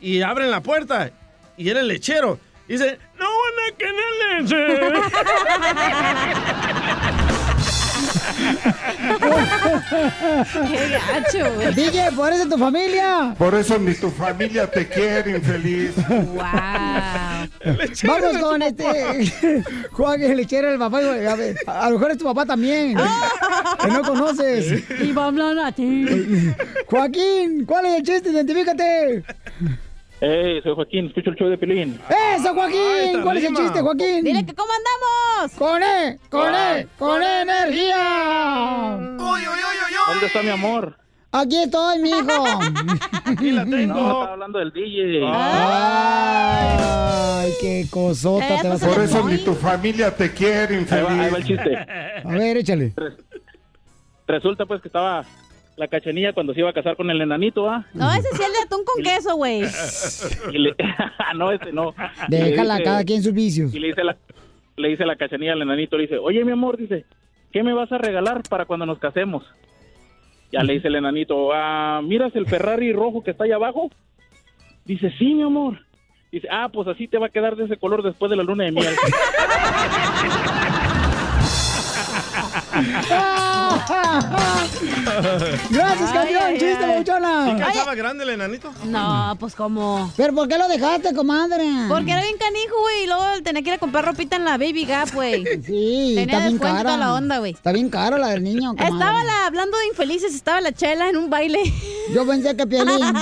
S2: y abren la puerta y era el lechero. Y dice, no van a querer leche.
S5: ¡Qué gacho, güey.
S1: DJ, por eso tu familia.
S15: Por eso ni tu familia te quiere, infeliz.
S1: Vamos con este. Juan, el lechero, el papá. y- A, ver, a lo mejor es tu papá también.
S3: Ah.
S1: que no conoces. Y va a hablar a ti. Joaquín, ¿cuál es el chiste? Identifícate.
S11: Hey, soy Joaquín, escucho el show de Piolín.
S12: ¡Eh,
S1: ¡Eso, Joaquín! ¿Cuál es el
S11: rima.
S1: chiste, Joaquín? Dile que cómo andamos. Con E, con E, con E energía.
S11: ¿Dónde está mi amor?
S1: Aquí estoy, mijo. Aquí la
S11: No, estaba hablando del DJ.
S1: Ay, qué cosota te vas a
S15: Por
S1: comer.
S15: eso ni tu familia te quiere,
S11: Ahí
S15: infeliz.
S11: va, ahí va el chiste.
S1: A ver, échale.
S11: Resulta pues que estaba la cachanilla cuando se iba a casar con el enanito, ¿ah?
S3: No, ese sí es el de atún con queso, güey.
S11: Y le... no, este no. Y le
S1: Déjala
S11: dice-
S1: cada quien sus vicios.
S11: Y le dice la, le dice la cachanilla al enanito, le dice, oye mi amor, dice, ¿qué me vas a regalar para cuando nos casemos? Ya le dice el enanito, ah, ¿miras el Ferrari rojo que está ahí abajo? Dice, sí, mi amor. Dice, ah, pues así te va a quedar de ese color después de la luna de miel.
S1: Ah.
S3: Ah,
S1: Gracias, campeón.
S3: ay,
S1: Chiste,
S3: ay.
S1: muchona.
S3: ¿Sí que
S2: ¿Estaba grande el enanito?
S3: No, pues cómo.
S1: ¿Pero por qué lo dejaste, comadre?
S3: Porque era bien canijo, güey. Y luego tenía que ir a comprar ropita en la Baby Gap, güey.
S1: Sí,
S3: Tenía
S1: está bien
S3: descuento
S1: cara.
S3: a la onda, güey.
S1: Está bien cara la del niño. comadre.
S3: Estaba la, hablando de infelices, estaba la chela en un baile.
S1: Yo pensé que Piolín.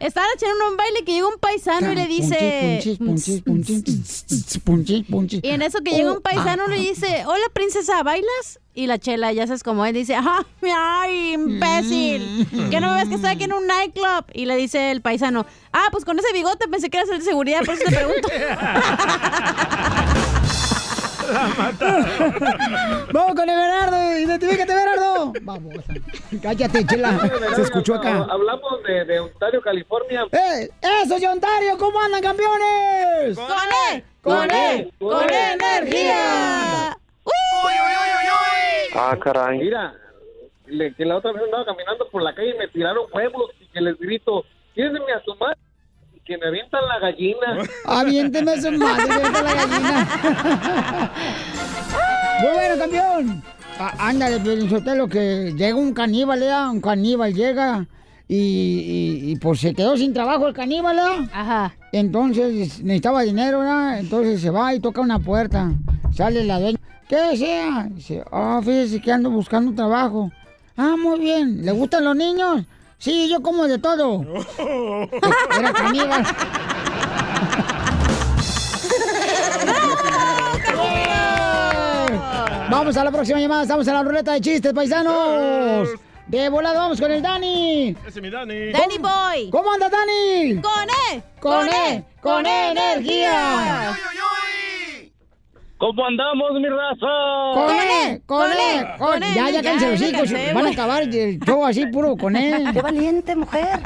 S3: estaba la chela en un baile que llega un paisano y le dice. "Mm,
S1: Punchis, punchis, Oh, punchis, punchis, punchis, punchis.
S3: Y en eso que llega un
S1: ah.
S3: paisano le dice, hola princesa, ¿bailas? Y la chela, ya sabes cómo es, dice, "Ah, ay, imbécil,
S1: Mm.
S3: que no ves que estoy aquí en un nightclub. Y le dice el paisano, ah, pues con ese bigote pensé que eras el de seguridad, por eso te pregunto.
S1: Vamos con Everardo. Identifícate, Everardo. Vamos. Cállate, chela. Se escuchó acá.
S16: Hablamos de, de Ontario, California.
S1: ¡Eh! ¡Eso es Ontario! ¿Cómo andan, campeones?
S5: ¡Con E! ¡Con E! ¡Con E energía!
S16: Ah, caray. Mira, le- que la otra vez andaba caminando por la calle y me tiraron huevos y que les grito, "Tírenme a su madre", y que me avientan la gallina.
S1: Aviénteme a su madre, aviénteme la gallina. Muy bueno, campeón. Á- Ándale, Piolín Sotelo, que llega un caníbal, ¿eh? Un caníbal llega y, y- y, pues se quedó sin trabajo el caníbal, ¿eh?
S3: Ajá.
S1: Entonces necesitaba dinero, ¿eh? Entonces se va y toca una puerta. Sale la dueña. ¿Qué desea? Dice, ah, fíjese que ando buscando trabajo. Ah, muy bien. ¿Le gustan los niños? Sí, yo como de todo. Era caníbal. Vamos a la próxima llamada, estamos en la ruleta de chistes, paisanos. De volada vamos con el Dani.
S2: Ese es mi Dani.
S1: Boy. ¿Cómo anda Dani?
S3: Con E.
S1: Con E. Con E energía.
S16: ¿Cómo andamos, mi raza?
S1: Con E. Con E. Con E. Ya, ya cállense los hijos. Van a acabar el show así puro con E. Qué valiente mujer.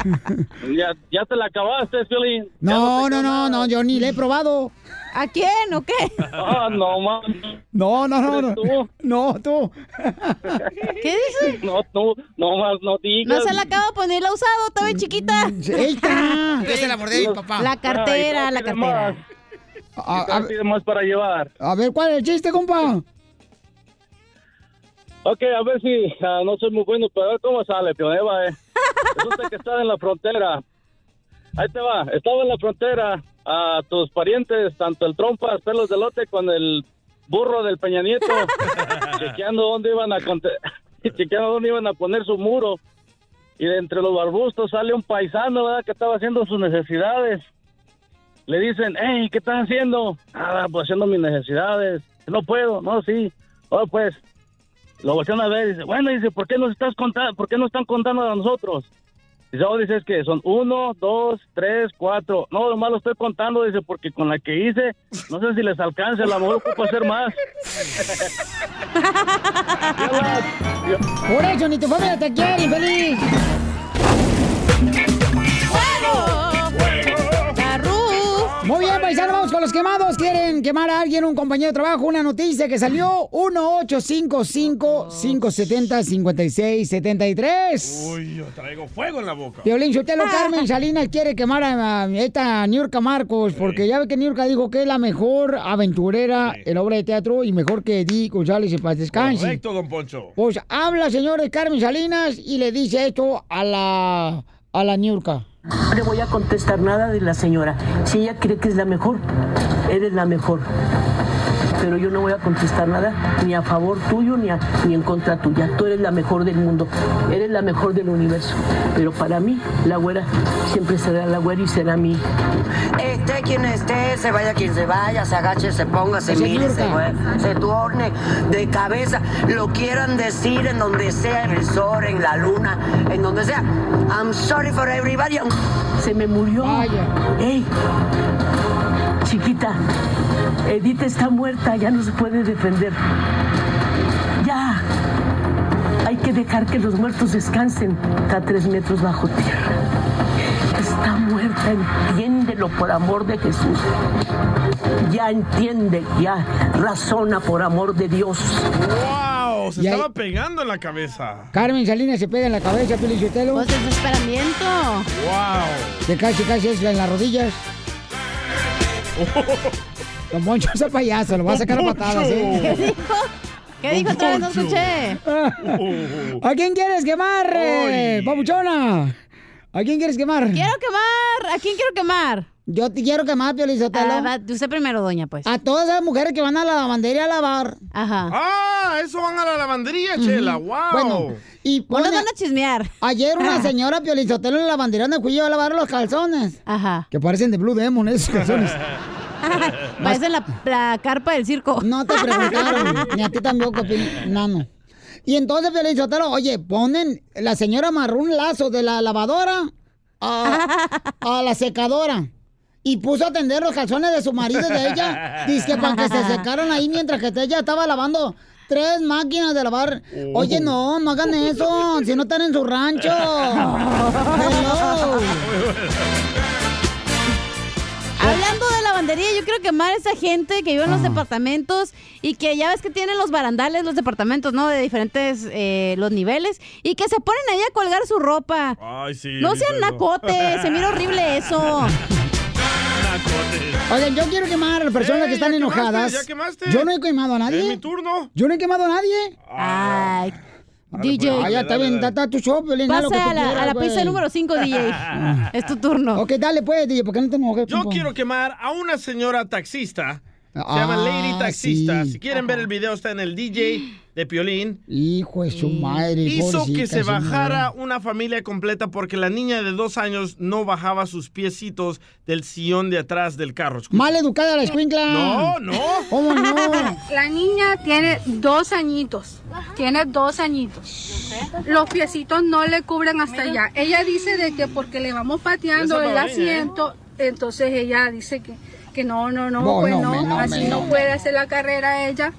S16: Ya, ya te la acabaste, Piolín.
S1: No, pues, no, no, no, yo ni le he probado.
S3: ¿A quién o qué?
S16: Ah, no, man.
S1: No, no, no, no. No, tú.
S3: ¿Qué dices?
S16: No, tú, no más, no digas.
S3: No se la acabo de poner, la usado, estaba bien chiquita.
S12: Yo se la mordí a mi papá.
S3: Ah, La cartera,
S12: Ay,
S3: la
S12: no,
S3: cartera.
S12: Ah,
S16: más para llevar.
S1: A ver, ¿cuál es el chiste, compa?
S17: Ok, a ver si ah, no soy muy bueno, pero a ver cómo sale, pioneva, eh. Resulta que estaba en la frontera. Ahí te va, estaba en la frontera a tus parientes, tanto el trompas, pelos de lote, con el burro del Peña Nieto, chequeando dónde iban a conte- chequeando dónde iban a poner su muro. Y de entre los arbustos sale un paisano, ¿verdad? Que estaba haciendo sus necesidades. Le dicen, hey, ¿qué estás haciendo? Ah, pues haciendo mis necesidades. No puedo, no, sí. Oh, pues, lo voltean a ver y dice, bueno, dice, ¿por qué nos estás contando, por qué nos están contando a nosotros? Dice, oh, dice, es que son uno, dos, tres, cuatro. No, nomás lo estoy contando, dice, porque con la que hice, no sé si les alcance, a lo mejor ocupo hacer más.
S1: Por eso ni tu familia te quiere, infeliz. Muy bien, paisanos, vamos con los quemados. Quieren quemar a alguien, un compañero de trabajo, una noticia que salió 1855-570-5673.
S2: Uy, yo traigo fuego en la boca.
S1: Violín Sotelo Carmen Salinas quiere quemar a, a esta Niurka Marcos, porque ya ve que Niurka dijo que es la mejor aventurera en la obra de teatro y mejor que Di González en paz descanse.
S2: Correcto, don Poncho.
S1: Pues habla, señores, Carmen Salinas y le dice esto a la, a la Niurka.
S18: No le voy a contestar nada de la señora. Si ella cree que es la mejor, eres la mejor. Pero yo no voy a contestar nada ni a favor tuyo ni, a- ni en contra tuya. Tú eres la mejor del mundo, eres la mejor del universo. Pero para mí, la güera siempre será la güera y será mi.
S19: Esté quien esté, se vaya quien se vaya, se agache, se ponga, se
S18: Esa es
S19: mire, se,
S18: Niurka.
S19: mue- se torne de cabeza, lo quieran decir en donde sea, en el sol, en la luna, en donde sea. I'm sorry for everybody.
S18: Se me murió. ¡Ey! Chiquita, Edith está muerta, ya no se puede defender. ¡Ya! Hay que dejar que los muertos descansen. Está tres metros bajo tierra. Está muerta, entiéndelo por amor de Jesús. Ya entiende, ya razona por amor de Dios.
S2: ¡Wow! Se
S18: Y ahí-
S2: estaba pegando en la cabeza.
S1: Carmen Salinas se pega en la cabeza, Felicitelo. Pues desesperamiento.
S2: ¡Wow!
S1: Se casi, casi es en las rodillas. Don Moncho es el payaso, lo va a sacar a
S5: Don
S1: patadas,
S5: Poncho.
S1: ¿eh?
S5: ¿Qué dijo?
S3: ¿Qué dijo otra vez? No
S1: Poncho.
S3: escuché.
S1: ¿A quién quieres quemar, eh, papuchona? ¿A quién quieres quemar?
S3: Quiero quemar. ¿A quién quiero quemar?
S1: Yo te quiero quemar, Piolizotelo.
S3: Ah, va, usted primero, doña, pues.
S1: A todas las mujeres que van a la lavandería a lavar.
S3: Ajá.
S2: ¡Ah! Eso van a la lavandería, Chela. ¡Wow!
S1: Bueno, y
S2: No nos
S1: van a chismear. Ayer
S3: Ah.
S1: una señora Piolizotelo en la bandera me fui yo a lavar los calzones. Ajá. Que parecen de Blue Demon esos calzones.
S3: Parece la, la carpa del circo.
S1: No te preguntaron, ni a ti tampoco, Pio- Nano. Y entonces Piolín Sotelo, oye, ponen la señora marrón lazo de la lavadora a, a la secadora. Y puso a tender los calzones de su marido y de ella. Dice que para que se secaron ahí mientras que ella estaba lavando tres máquinas de lavar. Oye, no, no hagan eso. Si no están en su rancho. Hello.
S3: Hablando de lavandería, yo quiero quemar a esa gente que vive en los departamentos y que ya ves que tienen los barandales, los departamentos, ¿no? De diferentes eh, los niveles y que se ponen ahí a colgar su ropa.
S2: Ay, sí.
S3: no
S2: he visto
S3: sean
S2: eso.
S3: nacotes, se mira horrible eso.
S1: Oigan, yo quiero quemar a las personas
S3: Ey,
S1: que están
S3: Eh, ya quemaste,
S1: enojadas.
S3: ya quemaste.
S1: Yo no he quemado a nadie.
S3: Es mi
S2: turno.
S1: Yo no he quemado a nadie.
S3: Ay.
S1: DJ.
S3: pues,
S1: Ah, ya
S3: dale,
S1: está
S3: dale,
S1: bien,
S3: dale.
S1: está, está tu show, Piolín, haz lo que
S3: Pasa
S1: tú
S3: a la-
S1: quieras,
S3: a la
S1: güey. Ah.
S3: pista número cinco, DJ. es tu turno.
S1: Ok, dale pues, DJ, ¿por qué no te enojas?
S2: Yo quiero quemar a una señora taxista. Se llama
S1: Ah,
S2: Lady Taxista.
S1: sí.
S2: Si quieren ver el video, está en el DJ de Piolín.
S1: Hijo de su madre,
S2: Hizo
S1: pobrecita
S2: que se
S1: su madre.
S2: bajara una familia completa porque la niña de dos años no bajaba sus piecitos del sillón de atrás del carro.
S1: Mal educada la escuincla.
S2: No, no.
S1: ¿Cómo no?
S20: La niña tiene dos añitos. Tiene dos añitos. Los piecitos no le cubren hasta allá. Ella dice de que porque le vamos pateando
S21: Esa
S20: el
S21: babeña, ¿eh?
S20: asiento, entonces ella dice que, que no, no, no,
S21: No,
S20: pues
S21: no,
S20: no,
S21: me, no,
S20: así
S21: me,
S20: no
S21: no,
S20: puede hacer la carrera ella.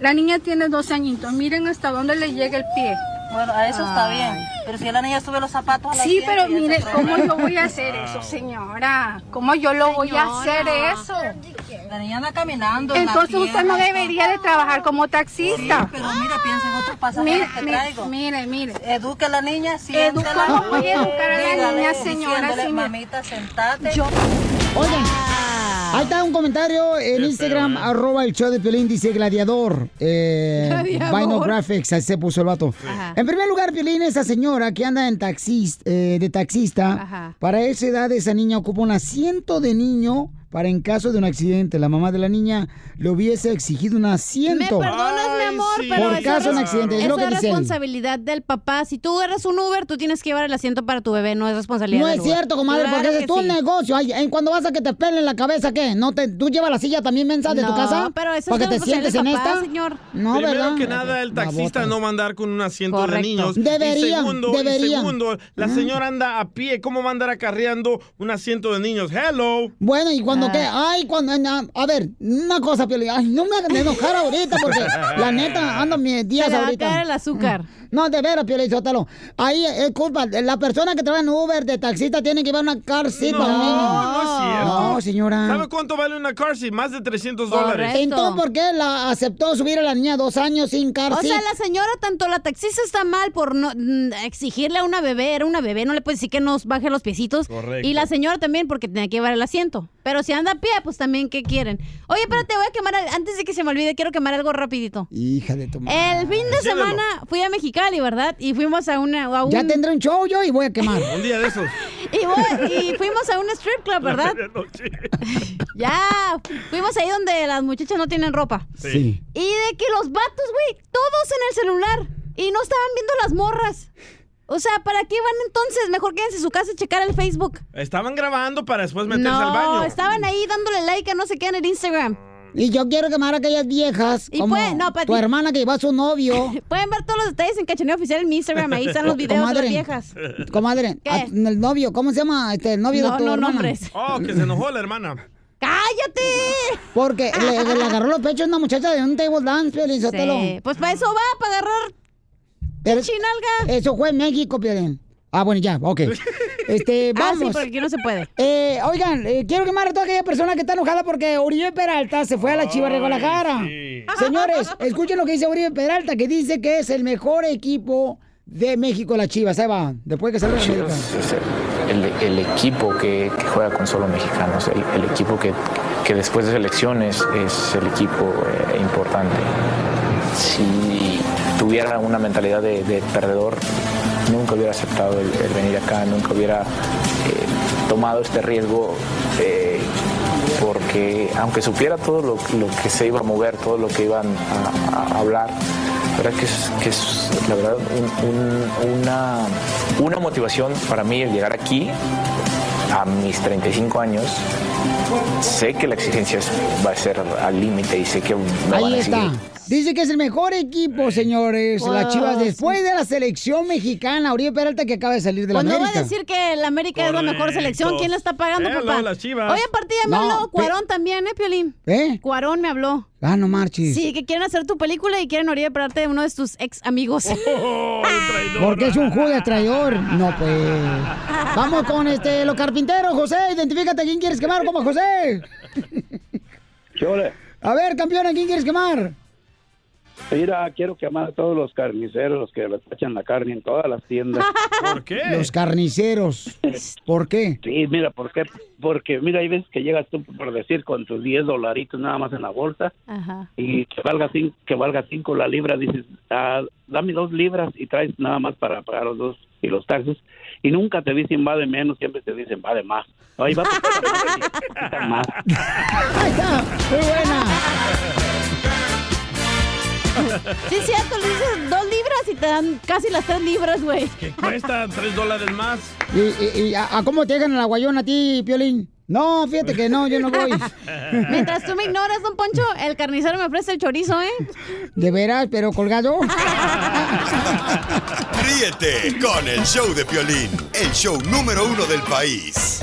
S20: La niña tiene dos añitos. Miren hasta dónde le llega el pie.
S21: Bueno, a eso está
S20: Ay.
S21: bien. Pero si la niña sube los zapatos a la
S20: Sí,
S21: tienda
S20: pero
S21: y ya
S20: mire,
S21: se
S20: ¿cómo
S21: tropieza.
S20: yo voy a hacer
S21: Ah.
S20: eso, señora? ¿Cómo yo lo voy a hacer
S21: Señora.
S20: eso?
S21: La niña anda caminando. en la
S20: Entonces usted no
S21: tierra,
S20: debería de trabajar como taxista.
S21: Sí, pero mira, piensa en otros pasajeros
S20: Mire,
S21: que
S20: mire,
S21: traigo.
S20: mire, mire.
S21: Educa a la niña,
S20: Edu-
S21: siéntala.
S20: ¿cómo voy a educar a la
S21: Dígale,
S20: niña, señora,
S21: diciéndole,
S20: si me-
S21: mamita, sentate.
S20: Yo-
S1: Oigan, Ahí está un comentario en Instagram, arroba el show de Piolín, dice Gladiador. Eh,
S5: Gladiador.
S1: Vinyl Graphics, así se puso el vato.
S5: Ajá.
S1: En primer lugar, Piolín, esa señora que anda en taxis, eh, de taxista,
S5: Ajá.
S1: para esa edad esa niña ocupa un asiento de niño para en caso de un accidente. La mamá de la niña le hubiese exigido un asiento.
S3: Me perdonas, mi amor, pero
S1: Por
S3: eso
S1: caso de un
S3: es-
S1: accidente, es
S3: eso
S1: lo que
S3: es
S1: dice él.
S3: responsabilidad del papá. Si tú agarras un Uber, tú tienes que llevar el asiento para tu bebé, no es responsabilidad
S1: No
S3: del
S1: es
S3: Uber.
S1: cierto, comadre,
S3: Claro
S1: porque ese
S3: que
S1: es tu
S3: sí.
S1: negocio. Ay, ¿en cuando vas a que te pelen la cabeza, ¿qué? ¿No te, ¿Tú llevas la silla también mensa de tu
S3: No,
S1: casa?
S3: pero eso es
S1: ¿Para que te
S3: responsabilidad
S1: sientes en
S3: del papá,
S1: esta?
S3: señor.
S1: No,
S2: Primero
S1: ¿verdad?
S2: que nada, el taxista no va a andar con un asiento de
S1: Correcto.
S2: niños. y
S1: Deberían,
S2: segundo, Y
S1: deberían.
S2: segundo, la
S1: Mm.
S2: señora anda a pie. ¿Cómo va a andar acarreando un asiento de niños? Hello.
S1: Bueno, y cuando qué,
S3: Ah.
S1: ay, cuando, na- a ver, una cosa, Piolín, ay, no me hagan enojar ahorita porque la neta ando mis días
S3: Se le va a
S1: ahorita.
S3: caer el azúcar.
S1: No, de veras, Piolín, sótalo. Ahí es culpa, de la persona que trae en Uber de taxista tiene que llevar una car seat
S2: No,
S1: para un niño.
S2: no es cierto.
S1: No, señora.
S2: ¿Sabe cuánto vale una car seat? Más de 300 dólares.
S1: Entonces, ¿por qué la aceptó subir a la niña dos años sin car
S3: O sea,
S1: seat?
S3: la señora, tanto la taxista está mal por no mm, exigirle a una bebé, era una bebé, no le puede decir que nos baje los piecitos.
S5: Correcto.
S3: Y la señora también porque tenía que llevar el asiento. Pero si anda a pie, pues también, ¿qué quieren? Oye, espérate, voy a quemar, al- antes de que se me olvide, quiero quemar algo rapidito.
S1: Hija de tu madre.
S3: El fin de
S1: Llévelo.
S3: semana fui a Mexicali, ¿verdad? Y fuimos a una... a
S1: Ya
S3: un-
S1: tendré un show yo y voy a quemar.
S2: Un día de esos.
S3: y, voy- y fuimos a un strip club, ¿verdad? Ya, fuimos ahí donde las muchachas no tienen ropa.
S1: Sí.
S3: Y de que los vatos, güey, todos en el celular. Y no estaban viendo las morras. O sea, ¿para qué van entonces? Mejor quédense en su casa a checar el Facebook.
S2: Estaban grabando para después meterse
S3: no,
S2: al baño.
S3: estaban ahí dándole like a no sé qué en el Instagram. Ah,
S1: Y yo quiero quemar a aquellas viejas.
S3: Y
S1: como
S3: pues, no, Pati.
S1: tu hermana que lleva a su novio.
S3: Pueden ver todos los detalles en Cachaneo Oficial en mi Instagram. Ahí están los videos de las viejas.
S1: Comadre,
S3: ¿Qué?
S1: a- el novio, ¿cómo se llama? Este, el novio
S3: No,
S1: de tu
S3: no,
S1: hermana.
S3: nombres.
S2: Oh, que se enojó la hermana.
S3: ¡Cállate!
S1: Porque le, le agarró los pechos a una muchacha de un table dance, Piolín Sotelo.
S3: Sí, Pues para eso va, para agarrar chinalga.
S1: Eso fue en México, Piolín. Ah, bueno, ya, ok. Este,
S3: Ah, sí,
S1: vamos.
S3: porque aquí no se puede.
S1: Eh, oigan, eh, quiero quemar a toda aquella persona que está enojada porque Uribe Peralta se fue a la Chiva de Guadalajara. Señores, escuchen lo que dice Uribe Peralta, que dice que es el mejor equipo de México, la Chivas. Ahí va, después que salga la América.
S7: Es el, el equipo que, que juega con solo mexicanos, el, el equipo que, que después de selecciones es el equipo eh, importante. Si tuviera una mentalidad de, de perdedor, nunca hubiera aceptado el, el venir acá, nunca hubiera eh, tomado este riesgo. eh, porque aunque supiera todo lo, lo que se iba a mover, todo lo que iban a, a hablar, la verdad que es, que es, la verdad un- un- una, una motivación para mí el llegar aquí a mis 35 años. Sé que la exigencia es- va a ser al límite y sé que me van a
S1: Ahí
S7: exigir
S1: está. Dice que es el mejor equipo, señores,
S3: Wow,
S1: la Chivas.
S3: sí.
S1: Después de la selección mexicana, Uribe Peralta que acaba de salir de la
S3: Pues no va
S1: América.
S3: a decir que la América es la mejor
S1: Correcto.
S3: selección. ¿Quién la está
S2: Eh,
S3: pagando,
S1: Hello,
S3: papá?
S1: las Chivas.
S3: Oye, aparte ya me
S1: No,
S3: habló
S1: pe-
S3: Cuarón también, ¿eh, Piolín?
S1: ¿Eh?
S3: Cuarón me habló.
S1: Ah, no marches.
S3: Sí, que quieren hacer tu película y quieren Uribe Peralta de uno de tus ex amigos.
S2: Oh.
S1: Porque es un jude traidor. No, pues. Vamos con este, los carpinteros, José. Identifícate a quién quieres quemar, como José.
S22: ¿Qué ole?
S1: A ver, campeón, ¿a quién quieres quemar?
S22: Mira, quiero quemar a todos los carniceros los que tachan la carne en todas las tiendas.
S2: ¿Por qué?
S1: Los carniceros. ¿Por qué?
S22: Sí, mira, ¿por qué? Porque, mira, hay veces que llegas tú, por decir, con tus 10 dolaritos nada más en la bolsa
S3: Ajá.
S22: y que valga 5 que valga cinco la libra, dices, ah, dame dos libras y traes nada más para pagar los dos y los taxes. Y nunca te dicen va de menos, siempre te dicen va de más. Ahí va pues, más.
S1: Ahí está, muy buena.
S3: Sí, es cierto, le dices dos libras y te dan casi las tres libras, güey.
S2: Cuesta 3 dólares más.
S1: ¿Y, y- y a, a cómo te llegan a la guayona a ti, Piolín? No, fíjate que no, yo no voy.
S3: Mientras tú me ignoras, don Poncho, el carnicero me ofrece el chorizo, ¿eh?
S1: De veras, pero colgado.
S8: Ríete con el show de Piolín, el show número uno del país.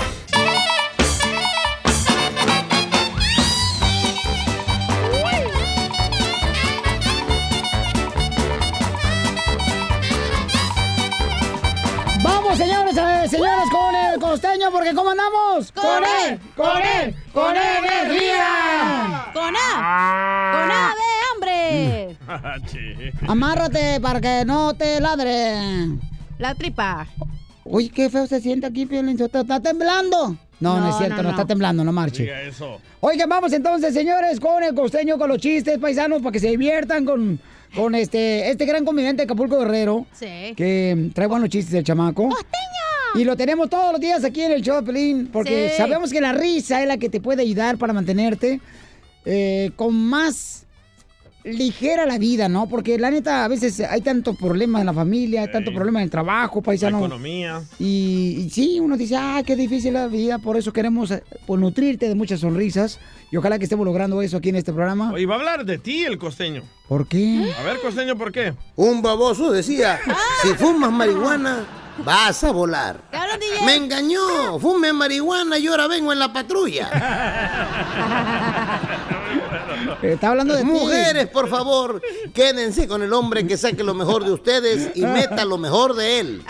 S1: Vamos, señores, eh, señores, con el costeño, porque ¿cómo andamos?
S5: ¡Con él! ¡Con él! ¡Con energía!
S3: ¡Con
S15: Ah.
S3: A! ¡Con A de hambre!
S1: Amárrate para que no te ladre.
S3: La tripa.
S1: Uy, qué feo se siente aquí, Piolín. Sotelo. Está temblando. No, no, es cierto, no, está temblando, no marche.
S2: Diga eso.
S1: Oigan, vamos entonces, señores, con el costeño, con los chistes paisanos, para que se diviertan con, con este, este gran comediante de Acapulco Guerrero.
S3: Sí.
S1: Que trae buenos chistes del chamaco. Y lo tenemos todos los días aquí en el show, de Pelín, porque
S3: Sí.
S1: sabemos que la risa es la que te puede ayudar para mantenerte eh, con más ligera la vida, ¿no? Porque la neta, a veces hay tanto problema en la familia, hay tanto problema en el trabajo,
S2: La
S1: paisano.
S2: economía.
S1: Y, y sí, uno dice, ah, qué difícil la vida, por eso queremos eh, pues, nutrirte de muchas sonrisas. Y ojalá que estemos logrando eso aquí en este programa.
S2: Y va a hablar de ti el costeño.
S1: ¿Por qué?
S2: A ver, costeño, ¿por qué?
S12: Un baboso decía, si fumas marihuana, vas a volar. Me engañó, fume marihuana y ahora vengo en la patrulla.
S1: Está hablando de ti.
S12: Mujeres, por favor, quédense con el hombre que saque lo mejor de ustedes y meta lo mejor de él.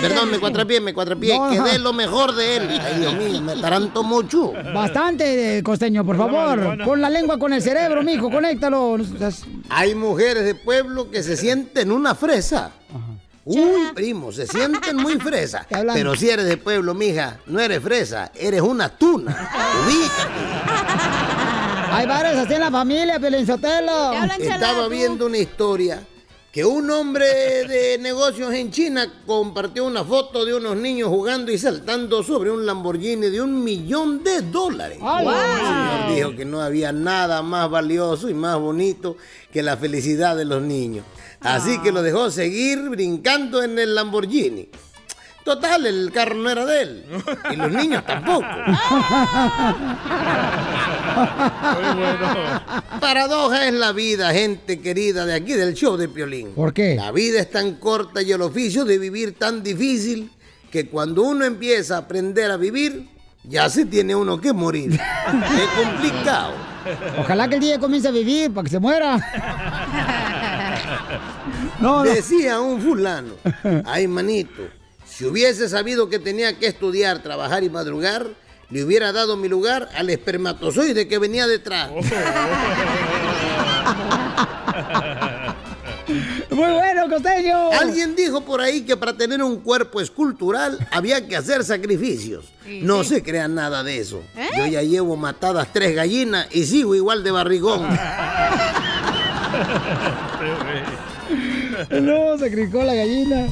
S12: Perdón, me cuatrapié, me cuatrapié,
S1: Ah. No.
S12: que dé lo mejor de él. Ay, Dios mío, me taranto mucho.
S1: Bastante, eh, costeño, por favor. Pon la lengua con el cerebro, mijo, conéctalo. No seas-
S12: Hay mujeres de pueblo que se sienten una fresa. Uy, primo, se sienten muy fresa.
S1: hablando.
S12: Pero si eres de pueblo, mija, no eres fresa, eres una tuna.
S1: Hay varias así en la familia, Pelinzotelo.
S12: Estaba viendo una historia que un hombre de negocios en China compartió una foto de unos niños jugando y saltando sobre un Lamborghini de un millón de dólares.
S1: ¡Ala!
S12: El señor dijo que no había nada más valioso y más bonito que la felicidad de los niños. Así que lo dejó seguir brincando en el Lamborghini. Total, el carro no era de él. Y los niños tampoco. Paradoja es la vida, gente querida de aquí del show de Piolín.
S1: ¿Por qué?
S12: La vida es tan corta y el oficio de vivir tan difícil que cuando uno empieza a aprender a vivir, ya se tiene uno que morir. Qué complicado.
S1: Ojalá que el día comience a vivir para que se muera. no.
S12: Decía un fulano, ay manito, si hubiese sabido que tenía que estudiar, trabajar y madrugar, le hubiera dado mi lugar al espermatozoide que venía detrás.
S1: Oh. Muy bueno, costeño.
S12: Alguien dijo por ahí que para tener un cuerpo escultural había que hacer sacrificios.
S1: Sí,
S12: no
S1: sí. ¿Eh?
S12: se crean nada de eso. Yo ya llevo matadas tres gallinas y sigo igual de barrigón.
S1: No, sacrificó la gallina.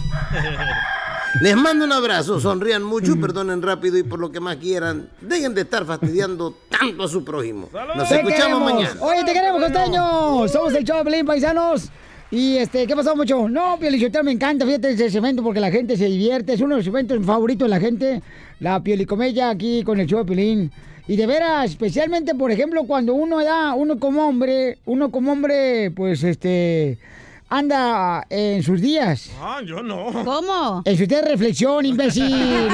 S12: Les mando un abrazo, sonrían mucho, perdonen rápido y por lo que más quieran, dejen de estar fastidiando tanto a su prójimo. Nos
S1: Te
S12: escuchamos
S1: queremos.
S12: mañana.
S1: Oye, te queremos, costeño. Somos el show de Pelín, paisanos. Y este, ¿qué pasó mucho? No, Piolichotero me encanta, fíjate ese segmento porque la gente se divierte. Es uno de los segmentos favoritos de la gente, la piolicomedia aquí con el show de Pelín. Y de veras, especialmente, por ejemplo, cuando uno da, uno como hombre, uno como hombre, pues este, anda en sus días.
S2: Ah, yo no. Oh.
S1: ¿Cómo? En su día de reflexión, imbécil.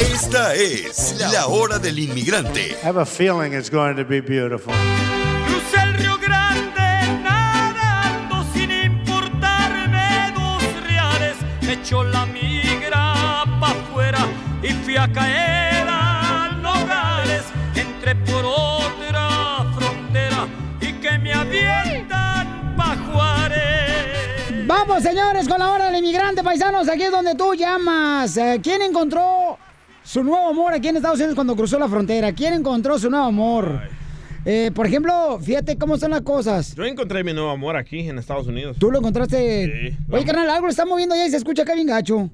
S8: Esta es la hora del inmigrante
S4: I have a feeling it's going to be beautiful.
S5: Crucé el Río Grande nadando sin importarme dos reales. Me echó la migra pa' afuera y fui a caer a Nogales. Entré por otra frontera y que me avientan pa' Juárez.
S1: Vamos, señores, con la hora del inmigrante, paisanos. Aquí es donde tú llamas. Eh, ¿Quién encontró su nuevo amor aquí en Estados Unidos cuando cruzó la frontera? ¿Quién encontró su nuevo amor? Eh, por ejemplo, fíjate cómo son las cosas.
S2: Yo encontré mi nuevo amor aquí en Estados Unidos.
S1: Tú lo encontraste.
S2: Sí.
S1: Oye, carnal, algo lo está moviendo allá y se escucha acá bien gacho.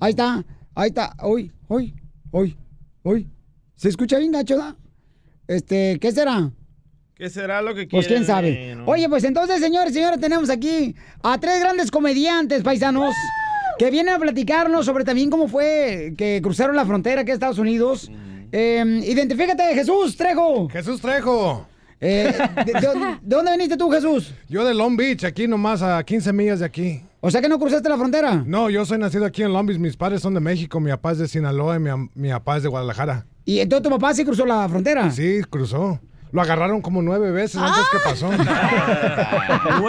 S1: Ahí está, ahí está. Hoy, hoy, hoy, hoy. Se escucha bien gacho, ¿da? Este, ¿qué será?
S2: ¿Qué será lo que
S1: Pues
S2: quieres?
S1: quién sabe. Oye, pues entonces, señores, señores, tenemos aquí a tres grandes comediantes paisanos que vienen a platicarnos sobre también cómo fue que cruzaron la frontera aquí a Estados Unidos. Eh, identifícate, Jesús Trejo. Eh,
S23: Jesús Trejo.
S1: ¿de, de- de dónde viniste tú, Jesús?
S23: Yo de Long Beach, aquí nomás a 15 millas de aquí.
S1: O sea que no cruzaste la frontera.
S23: No, yo soy nacido aquí en Long Beach. Mis padres son de México, mi papá es de Sinaloa y mi, am- mi papá es de Guadalajara.
S1: ¿Y entonces tu papá sí cruzó la frontera? ¡Ah!
S23: Sí, cruzó. Lo agarraron como nueve veces antes que pasó.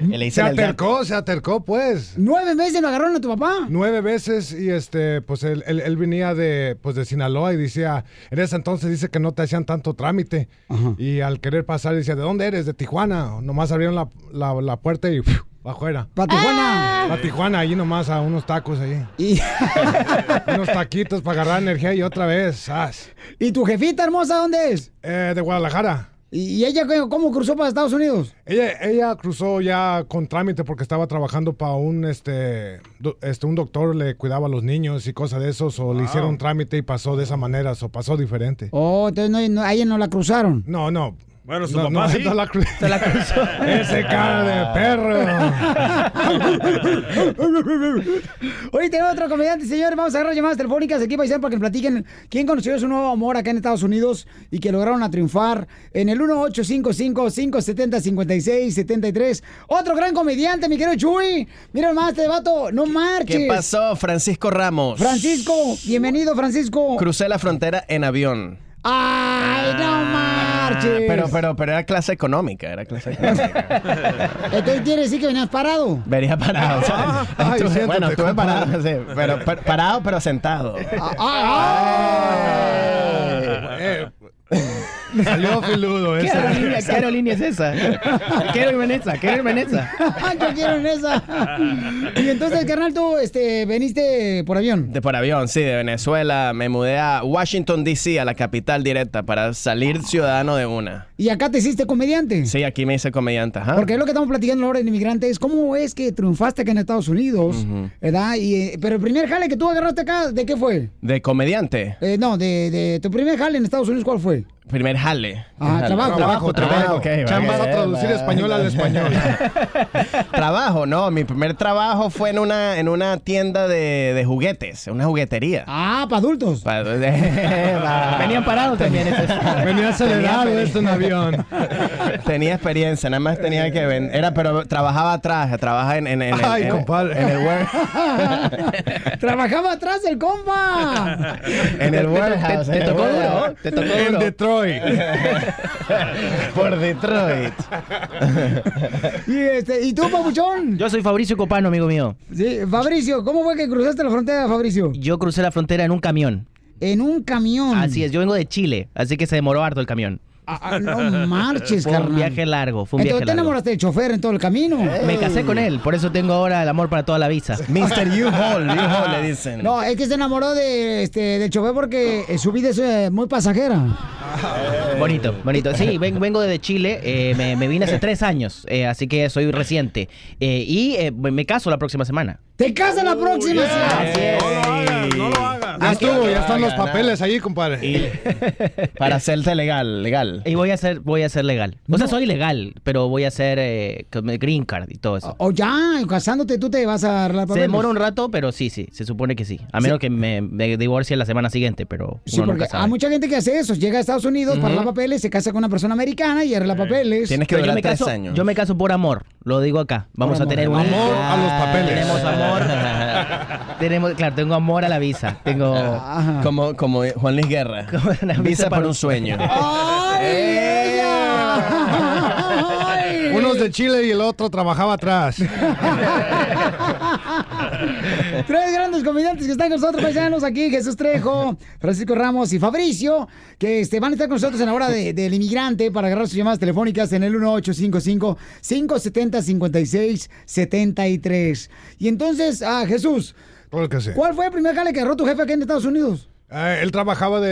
S24: le
S23: Se
S24: hice el gato.
S23: atercó, se atercó, pues.
S1: ¿Nueve veces lo agarraron a tu papá?
S23: Nueve veces y este, pues él, él- él venía de, pues de Sinaloa y decía, en ese entonces dice que no te hacían tanto trámite. Y al querer pasar decía, ¿de dónde eres? De Tijuana. Nomás abrieron la, la- la puerta y... Para afuera.
S1: Para Tijuana.
S23: Para Tijuana, ahí nomás a unos tacos ahí. unos taquitos para agarrar energía y otra vez. ¡zas!
S1: ¿Y tu jefita hermosa dónde es?
S23: Eh, de Guadalajara.
S1: ¿Y ella qué- cómo cruzó para Estados Unidos?
S23: Ella, ella cruzó ya con trámite porque estaba trabajando para un este, do- este un doctor le cuidaba a los niños y cosas de esos o le hicieron trámite y pasó de esa manera o pasó diferente.
S1: Oh, entonces no, no, a ella no la cruzaron.
S23: No, no.
S2: Bueno,
S1: su papá sí. Ah,
S23: la cru- Ese cara de perro.
S1: Oye, tenemos otro comediante, señores. Vamos a agarrar llamadas telefónicas aquí paisano, para que platiquen quién conoció su nuevo amor acá en Estados Unidos y que lograron a triunfar en el 1855-570-5673. Otro gran comediante, mi querido Chuy. Mira más este vato, no marches.
S25: ¿Qué pasó, Francisco Ramos?
S1: Francisco, bienvenido, Francisco.
S25: Crucé la frontera en avión.
S1: Ay, no marches.
S25: Pero, pero, pero era clase económica, era clase económica.
S1: Entonces quiere decir que venías parado.
S25: Venía parado. o sea,
S23: Ah,
S1: Ay,
S25: estuve-
S1: siéntate,
S25: bueno, estuve
S1: compadre.
S25: parado, sí, pero, pero- parado, pero sentado.
S2: Eh,
S23: Salió filudo
S25: ¿Qué
S23: ese.
S25: aerolínea, qué aerolínea es esa? Quiero irme en esa, quiero irme en esa.
S1: Ah, Yo quiero en esa. Y entonces, carnal, tú este, veniste por avión.
S25: De por avión, sí, de Venezuela. Me mudé a Washington, D.C., a la capital directa, para salir ciudadano de una.
S1: Y acá te hiciste comediante.
S25: Sí, aquí me hice comediante, ajá.
S1: Porque es lo que estamos platicando ahora en Inmigrante, es cómo es que triunfaste acá en Estados Unidos,
S25: Ujú.
S1: ¿verdad? Y, eh, pero el primer jale que tú agarraste acá, ¿de qué fue?
S25: De comediante.
S1: Eh, no, de, de tu primer jale en Estados Unidos, ¿cuál fue?
S25: Primer jale.
S1: Ah,
S25: Jale.
S1: trabajo. Trabajo, trabajo.
S25: ok,
S1: Chamba
S25: ok,
S1: a traducir
S25: va.
S1: español
S23: al español.
S25: trabajo, no. Mi primer trabajo fue en una, en una tienda de, de juguetes, una juguetería.
S1: Ah, para adultos.
S25: Venían parados también.
S23: Venía acelerado
S25: Tenía-
S23: este en avión.
S25: Tenía experiencia, nada más tenía que vender. Era, pero trabajaba atrás, trabajaba en, en, en, el-
S23: Ay,
S25: en-
S23: compadre.
S25: en el warehouse.
S1: Trabajaba atrás el compa.
S25: En el warehouse. Te, tocó duro. Te tocó duro. En
S23: Detroit.
S25: Por Detroit.
S1: y, este, ¿Y tú, Papuchón?
S14: Yo soy Fabricio Copano, amigo mío.
S1: Sí, Fabricio, ¿cómo fue que cruzaste la frontera, Fabricio?
S14: Yo crucé la frontera en un camión.
S1: En un camión.
S25: Ah,
S14: Así es, yo vengo de Chile, así que se demoró harto el camión.
S1: Ah, no marches,
S14: Fue
S1: carnal.
S14: un viaje largo, fue un
S1: Entonces
S14: viaje
S1: te
S14: largo.
S1: enamoraste del chofer en todo el camino.
S14: Me casé con él, por eso tengo ahora el amor para toda la visa.
S25: Mr. U-Haul, U-Haul le dicen.
S1: No, es que se enamoró de, este, del chofer porque eh, su vida es eh, muy pasajera.
S14: Bonito, bonito. Sí, ven- vengo desde Chile, eh, me, me vine hace tres años, eh, así que soy reciente. Eh, y eh, me caso la próxima semana.
S1: ¡Te casas la próxima! semana!
S25: Ah,
S23: Ya estuvo, ya están los
S14: Nada.
S23: papeles ahí, compadre.
S14: Para
S25: hacerse legal, legal.
S14: Y voy a ser, voy a ser legal. O sea, soy legal, pero voy a ser eh, con el green card y todo eso.
S1: O ya, casándote tú te vas a dar la
S14: Se demora un
S1: Ah, papeles.
S14: rato, pero sí, sí, se supone que sí. A menos que me, me divorcie la semana siguiente, pero
S1: Sí,
S14: uno
S1: porque
S14: nunca
S1: hay
S14: sabe.
S1: mucha gente que hace eso. Llega a Estados Unidos, para
S14: Ujú.
S1: la papeles, se casa con una persona americana y arregla papeles.
S14: Pero yo me caso, Yo me caso por amor, lo digo acá. Vamos
S1: Por
S14: a tener
S1: amor.
S14: un hijo.
S1: Amor a los papeles.
S14: Tenemos
S2: eh.
S14: amor. tenemos, claro, tengo amor a la visa. Tengo
S1: Ah.
S25: Como, como Juan Luis Guerra. Visa para un sueño.
S23: Uno es ¡Eh! de Chile y el otro trabajaba atrás.
S1: Tres grandes comediantes que están con nosotros, paisanos, aquí, Jesús Trejo, Francisco Ramos y Fabricio, que este, van a estar con nosotros en la hora de- del inmigrante para agarrar sus llamadas telefónicas en el 1855-570-5673. Y entonces, ah, Jesús,
S23: Claro que sí.
S1: ¿cuál fue el primer jale que agarró tu jefe aquí en Estados Unidos?
S23: Eh, él trabajaba de,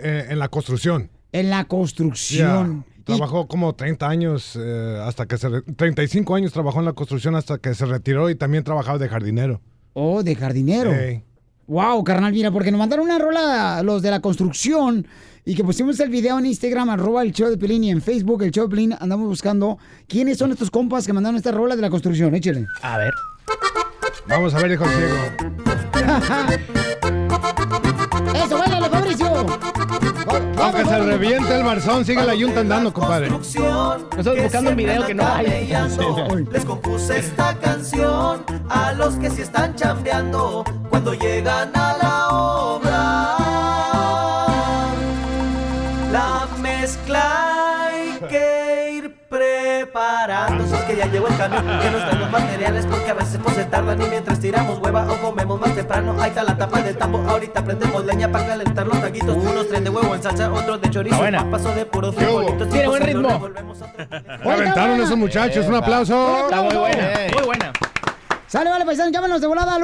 S23: eh, en, en la construcción.
S1: En la construcción.
S23: Trabajó como 30 años, eh, hasta que se... re- 35 años trabajó en la construcción hasta que se retiró y también trabajaba de jardinero.
S1: Oh, de jardinero.
S23: Ey.
S1: Wow, carnal, mira, porque nos mandaron una rola los de la construcción y que pusimos el video en Instagram, arroba el show de Pelín y en Facebook, el show de Pelín, andamos buscando quiénes son estos compas que mandaron esta rola de la construcción, échale.
S14: A ver.
S23: Vamos a ver, hijo ciego.
S1: ¡Eso, bailale, Fabricio!
S23: Aunque se reviente el marzón, sigue la yunta andando, compadre.
S14: Nosotros buscando un video que no hay.
S24: Les compuse esta canción a los que sí están chambeando cuando llegan a la obra. La mezcla hay que ir preparando. Esos que que ya llegó el camión Que nos traen los materiales porque a veces pues se tardan Y mientras tiramos hueva o comemos más temprano Ahí está la tapa del tambo, ahorita prendemos leña para calentar los taquitos Unos tres de huevo en salsa, otros de chorizo
S25: buena.
S24: Paso de puros
S25: ¿Qué hubo?
S24: frijolitos
S25: Tiene buen
S24: chicos,
S25: ritmo.
S24: nos revolvemos otra vez.
S23: Aventaron esos muchachos, un aplauso.
S25: Está muy buena,
S23: Eh.
S25: muy buena.
S1: Sale, vale, paisano, llámanos de volada al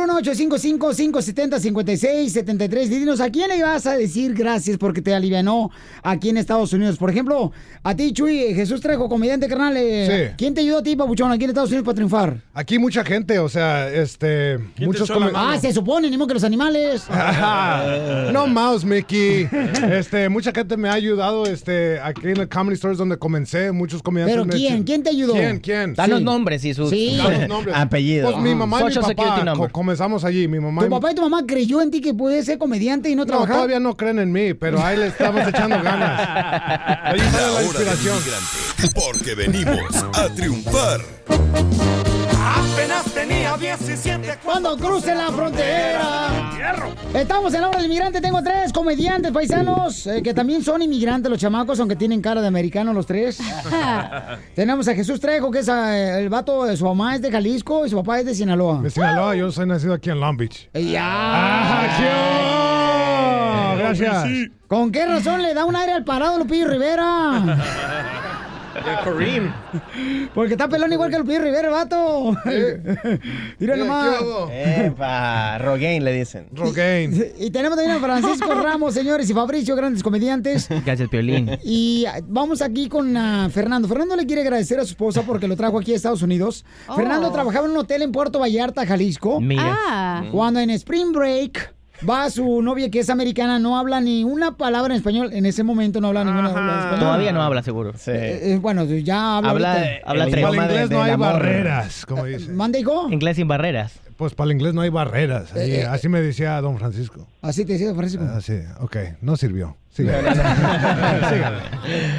S1: 1-855-570-5673. Dinos a quién le vas a decir gracias porque te alivianó aquí en Estados Unidos. Por ejemplo, a ti, Chuy, Jesús Trejo, comediante carnal. eh,
S23: Sí.
S1: ¿Quién te ayudó a ti, papuchón, aquí en Estados Unidos para triunfar?
S23: Aquí mucha gente, o sea, este, muchos come-
S1: Ah, se supone, ni modo que los animales.
S23: Ajá. no mouse, Mickey. Este, mucha gente me ha ayudado este, aquí en el Comedy Stores donde comencé. Muchos comediantes.
S1: ¿Pero
S23: me
S1: quién?
S23: echan-
S1: ¿Quién te ayudó?
S23: ¿Quién? ¿Quién?
S14: Danos nombres y sus
S1: Sí.
S23: Danos nombres.
S14: apellidos.
S23: Pues mi
S14: Ajá.
S23: mamá y mi
S14: Social
S23: papá.
S14: Security number.
S23: co- comenzamos allí. Mi mamá y
S1: ¿Tu
S23: mi-
S1: papá y tu mamá creyó en ti que pudiese ser comediante y no,
S23: No,
S1: trabajar?
S23: todavía no creen en mí, pero ahí le estamos echando ganas.
S1: Ah,
S23: Ahí
S8: La
S23: sale la
S8: hora del
S23: inspiración.
S8: inmigrante, porque venimos a triunfar.
S24: Apenas tenía 17
S1: Cuando crucen la frontera. Estamos en la hora del inmigrante. Tengo tres comediantes paisanos eh, que también son inmigrantes, los chamacos, aunque tienen cara de americanos los tres. Tenemos a Jesús Trejo, que es eh, el vato, de su mamá es de Jalisco y su papá es de Sinaloa. Eh,
S23: De Sinaloa, yo soy nacido aquí en Long Beach. Eh,
S1: ¡Ya!
S23: hubo! Gracias.
S1: Oh, ¿Con qué razón le da un aire al parado Lupillo Rivera?
S2: De Karim.
S1: Porque está pelón igual que Lupillo Rivera, el vato. Mira
S25: Eh,
S1: nomás.
S25: ¿qué hubo? Epa, Rogaine le dicen.
S1: Y tenemos también a Francisco Ramos, señores, y Fabricio, grandes comediantes.
S14: Gracias, Piolín.
S1: Y ah, vamos aquí con ah, Fernando. Fernando le quiere agradecer a su esposa porque lo trajo aquí a Estados Unidos.
S14: Oh.
S1: Fernando trabajaba en un hotel en Puerto Vallarta, Jalisco.
S14: Mira. Ah.
S1: Cuando en Spring Break va su novia que es americana, no habla ni una palabra en español. En ese momento no habla ninguna palabra en español.
S14: Todavía no habla, seguro.
S1: Eh, eh, bueno, ya habla.
S14: Habla,
S1: ahorita.
S14: eh, habla tres.
S23: Para el
S14: idioma de-
S23: inglés no
S14: del
S23: hay
S14: amor.
S23: barreras, como dice.
S1: ¿Mande, hijo?
S14: Inglés sin barreras.
S23: Pues para el inglés no hay barreras. Ahí-
S3: Eh,
S23: así me decía don Francisco.
S1: Así te decía Francisco.
S23: Así, ok, no sirvió. Sigue.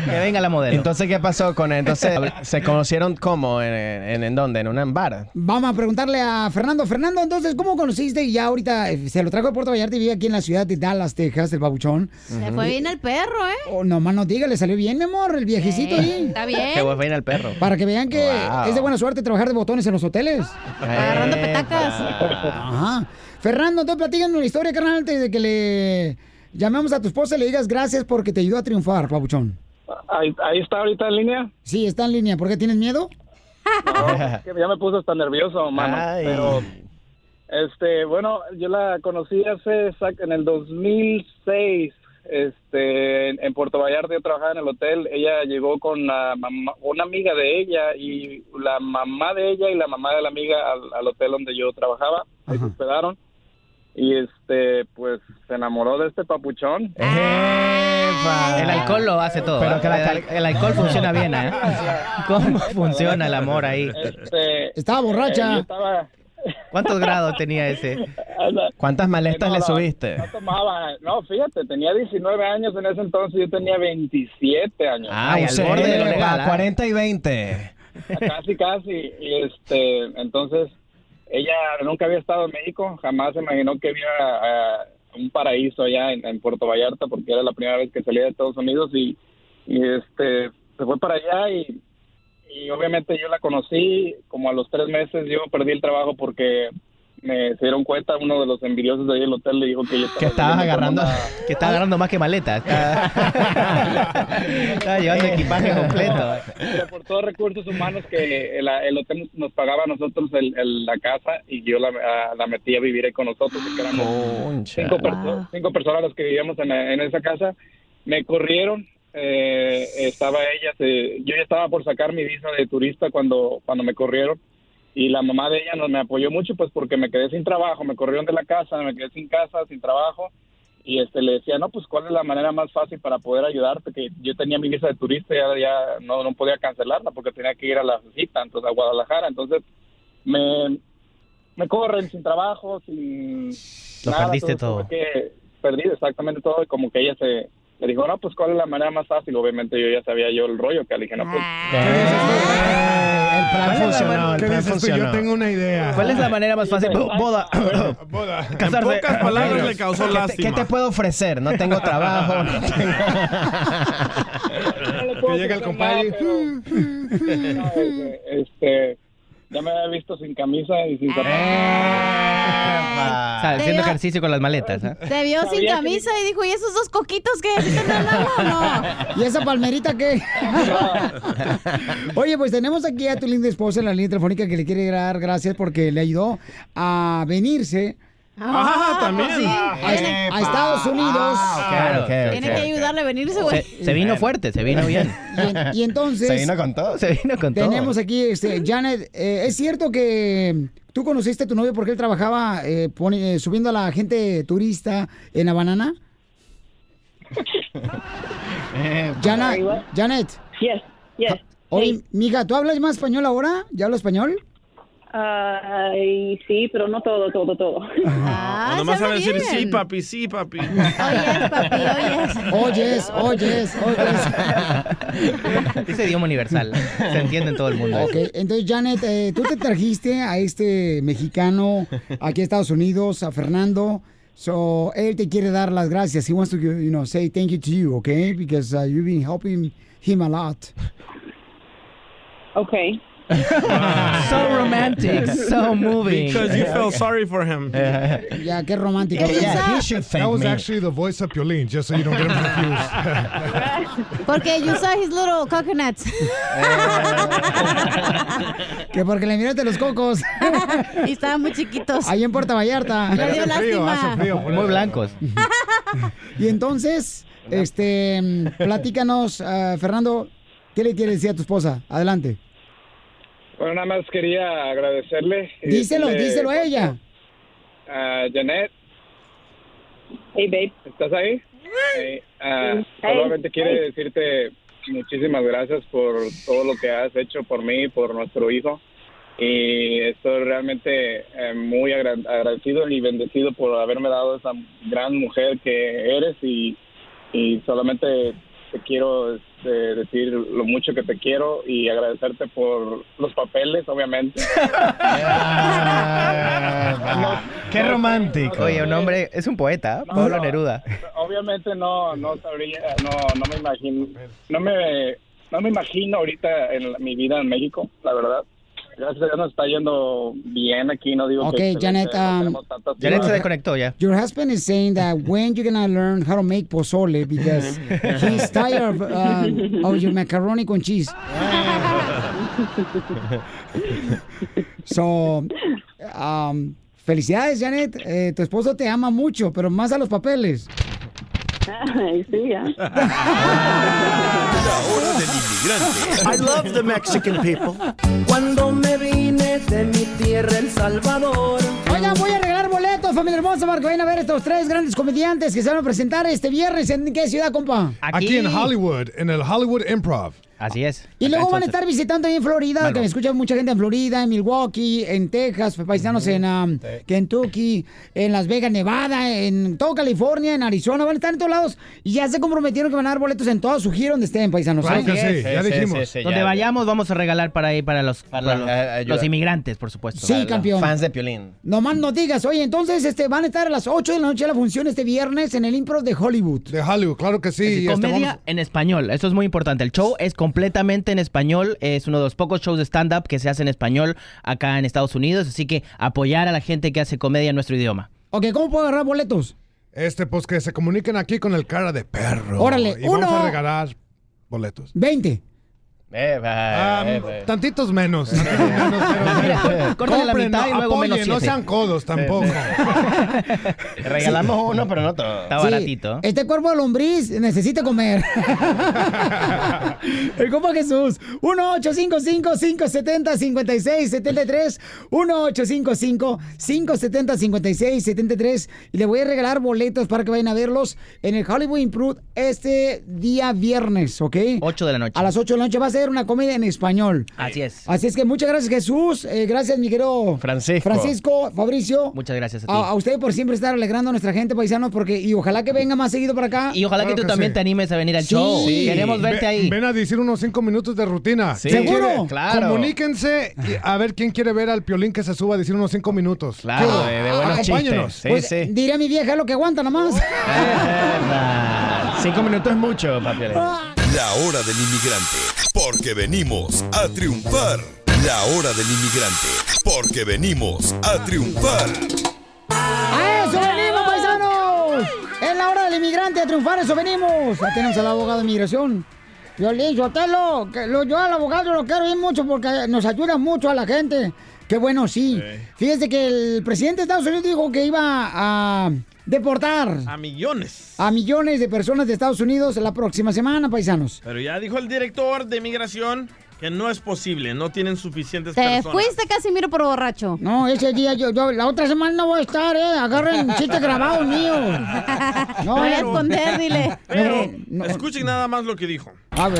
S25: Que venga la modelo. Entonces, ¿qué pasó con él? Entonces, ¿se conocieron cómo? ¿En, en, en dónde? ¿En una embara?
S1: Vamos a preguntarle a Fernando. Fernando, entonces, ¿cómo conociste? Y ya ahorita eh, se lo trajo de Puerto Vallarta y vive aquí en la ciudad de Dallas, Texas, el babuchón.
S3: Se fue bien el perro, ¿eh?
S1: Oh, no, más no diga, le salió bien, mi amor, el viejecito
S3: Eh,
S1: ahí.
S3: Está bien.
S25: Que vos vayan al perro.
S1: Para que vean que
S25: Wow.
S1: es de buena suerte trabajar de botones en los hoteles.
S25: Agarrando
S1: petacas. Ajá. Fernando, entonces platícanos la historia, carnal, antes de que le llamemos a tu esposa y le digas gracias porque te ayudó a triunfar, babuchón.
S26: Ahí, ahí está ahorita en línea.
S1: Sí, está en línea. ¿Por qué tienes miedo?
S26: Es que ya me puso hasta nervioso, mano.
S1: Ay.
S26: Pero, este, bueno, yo la conocí hace exact- en el 2006. Este, en en Puerto Vallarta yo trabajaba en el hotel. Ella llegó con la mamá- una amiga de ella y la mamá de ella y la mamá de la amiga al, al hotel donde yo trabajaba. Ahí se hospedaron. Y este, pues se enamoró de este papuchón.
S14: El alcohol lo hace todo. ¿eh?
S26: Pero que la
S14: el, el alcohol funciona bien, ¿eh? ¿Cómo funciona el amor ahí?
S26: Este,
S1: Estaba
S26: eh, yo
S25: borracha.
S26: estaba-
S14: ¿Cuántos grados tenía ese?
S25: ¿Cuántas malestas
S26: Eh, No,
S25: le
S26: no,
S25: subiste?
S26: No tomaba, no, fíjate, tenía 19 años en ese entonces, yo tenía 27 años.
S25: Ah, o sea, epa,
S14: ¿ah?
S25: 40 y 20.
S26: Casi, casi. Y este, entonces, ella nunca había estado en México, jamás se imaginó que había ah, un paraíso allá en, en Puerto Vallarta, porque era la primera vez que salía de Estados Unidos y, y este, se fue para allá y, y obviamente yo la conocí, como a los tres meses yo perdí el trabajo porque me se dieron cuenta uno de los envidiosos de ahí del hotel le dijo que yo estaba
S14: Que estabas
S26: viviendo con
S14: agarrando,
S26: una-
S14: que estabas agarrando más que maleta. Estaba llevando equipaje completo.
S26: Pero por todos recursos humanos que el, el hotel nos pagaba a nosotros el- el- la casa y yo la, a- la metí a vivir ahí con nosotros, porque éramos cinco, perso- cinco personas las que vivíamos en, la- en esa casa. Me corrieron, eh, estaba ella, se- yo ya estaba por sacar mi visa de turista cuando, cuando me corrieron y la mamá de ella no me apoyó mucho pues porque me quedé sin trabajo, me corrieron de la casa, me quedé sin casa, sin trabajo y este le decía, no, pues cuál es la manera más fácil para poder ayudarte, que yo tenía mi visa de turista y ya, ya no, no podía cancelarla porque tenía que ir a la cita, entonces a Guadalajara, entonces me, me corren sin trabajo, sin...
S14: Lo perdiste
S26: entonces,
S14: todo.
S26: tuve que- perdí exactamente todo y como que ella se... Le dijo, no, pues cuál es la manera más fácil, obviamente yo ya sabía yo el rollo, que le dije, no, pues...
S25: El El plan funcionó, el
S23: ¿Qué
S25: plan
S23: dices tú?
S25: funcionó.
S23: Yo tengo una idea.
S25: ¿Cuál es la manera más fácil? Bo- Boda.
S23: Boda.
S25: Casarse. Ok. ¿Qué te- ¿Qué te puedo ofrecer? No tengo trabajo, no tengo...
S23: Ah, Que llega el compadre.
S26: No, eh, este, ya me había visto sin camisa y sin zapatos.
S14: O sea, haciendo
S3: Te vio-
S14: ejercicio con las maletas. ¿ah?
S3: Te vio sin
S26: Sabía que-
S3: camisa y dijo, ¿y esos dos coquitos que se están dando?
S1: ¿Y esa palmerita qué? Oye, pues tenemos aquí a tu linda esposa en la línea telefónica que le quiere dar gracias porque le ayudó a venirse.
S3: Ah, también. sí.
S1: A, a Estados Unidos.
S14: Claro, Ah, ok,
S3: Tiene
S14: ok,
S3: que
S14: ok.
S3: ayudarle a venirse, güey.
S14: Se, se vino fuerte, se vino bien.
S1: Y, y entonces.
S14: Se vino con todo. Se vino con todo.
S1: Tenemos aquí, este, Janet, eh, ¿es cierto que tú conociste a tu novio porque él trabajaba eh, pone- eh, subiendo a la gente turista en la banana?
S2: Eh,
S1: Jana- Janet. Ah,
S11: Yes, yes.
S1: Oye, mija, ¿tú hablas más español ahora? ¿Ya hablo español?
S11: Ay, sí, pero no todo, todo, todo.
S1: Ah,
S2: O Ah,
S14: Ah,
S2: nomás sabe decir sí, papi, sí, papi.
S1: Oyes, oyes, oyes.
S14: Ese idioma universal. Se entiende en todo el mundo.
S1: Ok, entonces Janet, eh, tú te trajiste a este mexicano aquí a Estados Unidos, a Fernando. So, él te quiere dar las gracias. He wants to, you know, say thank you to you, okay? Because uh, you've been helping him a lot.
S11: Okay.
S14: So romantic, so moving.
S2: Because you felt sorry for him.
S1: Ya, qué romántico.
S23: That was actually the voice of Piolín, just so you don't get him confused.
S3: Porque you saw his little coconuts.
S1: que porque le miraste los cocos.
S3: y estaban muy chiquitos.
S1: Ahí en Puerto Vallarta.
S3: Me dio lástima.
S14: Muy blancos.
S1: Y entonces, este, mm, platícanos, ah, Fernando, ¿qué le quieres decir a tu esposa? Adelante.
S26: Bueno, nada más quería agradecerle. y
S1: Díselo,
S26: decirle
S1: díselo eh. a ella.
S26: a Janet.
S11: Hey, babe.
S26: ¿Estás ahí? Hey, ah,
S11: Sí.
S26: solamente
S11: Hey.
S26: quiero
S11: Hey.
S26: decirte muchísimas gracias por todo lo que has hecho por mí, por nuestro hijo. Y estoy realmente eh, muy agra- agradecido y bendecido por haberme dado esa gran mujer que eres y, y solamente te quiero este, decir lo mucho que te quiero y agradecerte por los papeles, obviamente.
S14: Qué romántico. Ah, Oye, un hombre, es un poeta, ¿eh? Pablo Neruda.
S26: obviamente no no sabría no no me imagino no me no me imagino ahorita en la- mi vida en México la verdad gracias a Dios nos está yendo bien aquí no digo
S1: Ok,
S26: que excelente,
S1: Janet,
S26: no
S1: um,
S26: tenemos tantas-
S14: Janet se desconectó ya.
S1: Your husband is saying that when you're gonna learn how to make pozole because he's tired of, um, of your macaroni con cheese. So, um, felicidades, Janet. Eh, tu esposo te ama mucho, pero más a los papeles.
S11: Ay, sí, ya.
S5: La hora del inmigrante.
S4: I love the Mexican people. Cuando me vine de mi tierra El Salvador.
S1: Oigan, voy a regalar boletos, familia hermosa, para que vayan a ver estos tres grandes comediantes que se van a presentar este viernes. ¿En qué ciudad, compa?
S23: Aquí. en Hollywood, en el Hollywood Improv.
S14: Así es.
S1: Y luego van a estar visitando ahí en Florida, que me escucha mucha gente en Florida, en Milwaukee, en Texas, pues, paisanos en
S23: Mm,
S1: um, Kentucky, en Las Vegas, Nevada, en toda California, en Arizona, van a estar en todos lados. Y ya se comprometieron que van a dar boletos en toda su gira donde estén,
S14: Pues
S1: paisanos. ¿eh?
S14: Donde vayamos, vamos a regalar para ahí para los, para los, los inmigrantes, por supuesto.
S1: Sí, campeón.
S14: Fans de Piolín.
S1: Nomás no digas, oye, entonces este, van a estar a las 8 de la noche la función este viernes en el Improv de Hollywood.
S23: De Hollywood, claro que
S14: Es
S23: sí. este,
S14: comedia en español, eso es muy importante. El show es completamente en español, es uno de los pocos shows de stand-up que se hace en español acá en Estados Unidos, así que apoyar a la gente que hace comedia en nuestro idioma.
S1: Ok, ¿cómo puedo agarrar boletos?
S23: Este, pues que se comuniquen aquí con el cara de perro.
S1: Órale,
S23: y vamos
S1: uno.
S23: a regalar boletos.
S1: 20.
S25: Eh,
S23: Ah, tantitos menos. tantitos menos, pero- pero-
S14: Córtale la
S23: Compren,
S14: mitad y
S23: no,
S14: luego menos
S23: apoyen, no
S14: siete.
S23: sean codos tampoco.
S14: Regalamos uno, pero no todo. Está
S1: Sí,
S14: baratito.
S1: Este cuerpo de lombriz necesita comer. El compa Jesús. 1-855-570-5673. 1-855-570-5673. Y le voy a regalar boletos para que vayan a verlos en el Hollywood Improve este día viernes, ¿ok?
S14: 8 de la noche.
S1: A las 8 de la noche va a ser hacer una comida en español.
S14: Así es.
S1: Así es que muchas gracias, Jesús. Eh, gracias, mi querido
S14: Francisco.
S1: Francisco, Fabricio.
S14: Muchas gracias a ti.
S1: A, a usted por siempre estar alegrando a nuestra gente, paisanos, porque y ojalá que venga más seguido para acá.
S14: Y ojalá que tú también te animes a venir al show. Queremos verte
S23: Ve-
S14: ahí.
S23: Ven a decir unos cinco minutos de rutina.
S14: Sí.
S23: ¿Quién
S14: ¿Seguro?
S23: quiere?
S14: Claro.
S23: Comuníquense y a ver quién quiere ver al piolín que se suba a decir unos cinco minutos.
S14: Claro,
S23: ¿Qué hubo?
S14: de- de buenos
S23: Acompáñenos.
S14: chistes. Sí, Pues, sí. Eh,
S1: Diré a mi vieja lo que aguanta nomás.
S14: Ah, Cinco minutos es mucho, papi.
S8: La hora del inmigrante, porque venimos a triunfar. La hora del inmigrante, porque venimos a triunfar.
S1: ¡A eso venimos, paisanos! Es la hora del inmigrante a triunfar, eso venimos. Ya tenemos al abogado de inmigración. Violín Sotelo, que lo, yo al abogado lo quiero bien mucho porque nos ayuda mucho a la gente. Qué bueno, sí. Fíjese que el presidente de Estados Unidos dijo que iba a deportar
S2: A millones.
S1: a millones de personas de Estados Unidos la próxima semana, paisanos.
S2: Pero ya dijo el director de migración que no es posible, no tienen suficientes
S3: Te
S2: personas.
S3: fuiste casi miro por borracho.
S1: No, ese día yo, yo- la otra semana no voy a estar, eh. Agarren chistes grabados míos. No,
S3: voy a esconder, dile. Eh,
S2: Pero escuchen nada más lo que dijo.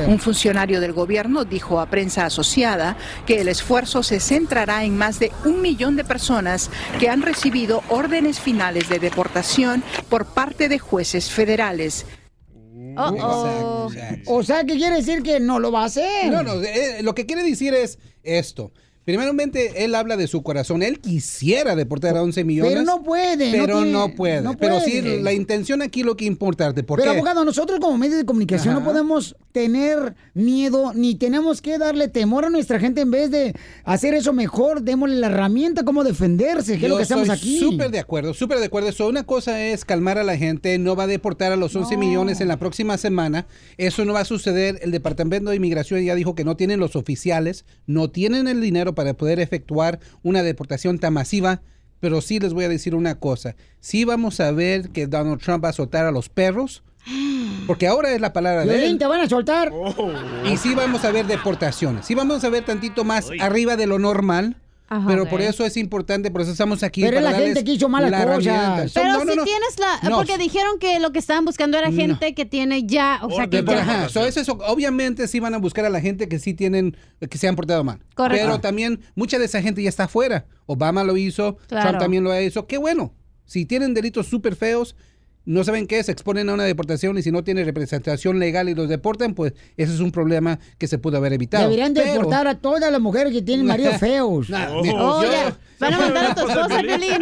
S11: Un funcionario del gobierno dijo a prensa asociada que el esfuerzo se centrará en más de un millón de personas que han recibido órdenes finales de deportación por parte de jueces federales.
S1: Oh, O sea, ¿qué quiere decir que no lo va a hacer?
S15: No, no, eh, lo que quiere decir es esto. Primeramente, él habla de su corazón. Él quisiera deportar a 11 millones.
S1: Pero no puede, no
S15: Pero no,
S1: tiene-
S15: puede.
S1: no
S15: Pero
S1: puede.
S15: sí, la intención aquí lo que importarte. ¿Por
S1: Pero
S15: qué?
S1: abogado, nosotros como medios de comunicación no
S15: Ajá.
S1: podemos tener miedo ni tenemos que darle temor a nuestra gente en vez de hacer eso mejor, démosle la herramienta cómo defenderse, que es lo
S15: Yo
S1: que estamos
S15: estoy
S1: aquí.
S15: Súper de acuerdo, súper de acuerdo. So, una cosa es calmar a la gente, no va a deportar a los 11 millones en la próxima semana. Eso no va a suceder. El Departamento de Inmigración ya dijo que no tienen los oficiales, no tienen el dinero para poder efectuar una deportación tan masiva. Pero sí les voy a decir una cosa. Sí vamos a ver que Donald Trump va a soltar a los perros. Porque ahora es la palabra de
S1: Violín,
S15: él.
S1: te van a soltar.
S15: Oh. Y sí vamos a ver deportaciones. Sí vamos a ver tantito más arriba de lo normal.
S3: Ajá,
S15: pero
S3: ok.
S15: por eso es importante, por eso estamos aquí.
S1: Pero es
S15: para
S1: la gente
S15: darles
S1: que hizo malas
S15: la
S1: cosas.
S15: herramienta. So,
S3: Pero
S15: no, no,
S3: si
S15: no.
S3: tienes la...
S15: No.
S3: Porque dijeron que lo que estaban buscando era
S15: No.
S3: gente que tiene ya... O sea, que
S15: Pero,
S3: ya-
S15: ajá, so, eso es- obviamente sí van a buscar a la gente que sí tienen, que se han portado mal.
S3: Correcto.
S15: Pero también mucha de esa gente ya está afuera. Obama lo hizo,
S3: Claro.
S15: Trump también lo hizo. Qué bueno. Si tienen delitos súper feos, no saben qué, se exponen a una deportación y si no tienen representación legal y los deportan, pues ese es un problema que se pudo haber evitado.
S1: Deberían
S15: Pero-
S1: deportar a todas las mujeres que tienen maridos feos.
S15: Nah,
S1: Oh,
S15: mira, yo-
S1: ya. Van a mandar a tu esposa, Piolín.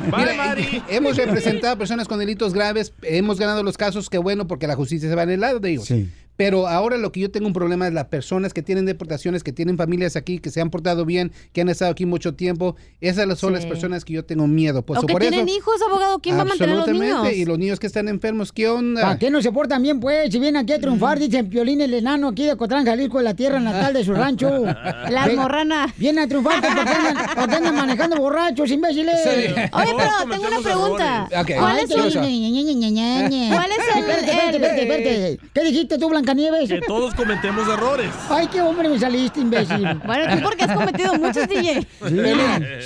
S15: Mira, Hemos representado a personas con delitos graves, hemos ganado los casos, qué bueno, porque la justicia se va en el lado de ellos. Pero ahora lo que yo tengo un problema es las personas que tienen deportaciones, que tienen familias aquí, que se han portado bien, que han estado aquí mucho tiempo. Esas son las
S3: Sí.
S15: personas que yo tengo miedo. Pues,
S3: o que
S15: por
S3: tienen
S15: eso,
S3: hijos, abogado. ¿Quién va a mantener a los niños?
S15: Absolutamente, Y los niños que están enfermos, ¿qué onda? Mm.
S1: ¿Para qué no se portan bien, pues? Si vienen aquí a triunfar, dicen Piolín el enano aquí de Cotlán, Jalisco, de la tierra natal de su rancho.
S3: Las
S1: Ve-
S3: morranas.
S1: Vienen a triunfar ¿para qué andan- para qué andan manejando borrachos, imbéciles.
S3: Sí. Oye, pero tengo una pregunta. ¿Cuál es el- ¿Cuál es el-
S1: Espérate, espérate,
S3: el-
S1: espérate, espérate. ¿Qué dijiste tú, Blancanieves?
S2: Que todos cometemos errores.
S1: Ay, qué hombre me saliste, imbécil.
S3: Bueno, tú porque has cometido muchos, DJ.
S15: Pelín,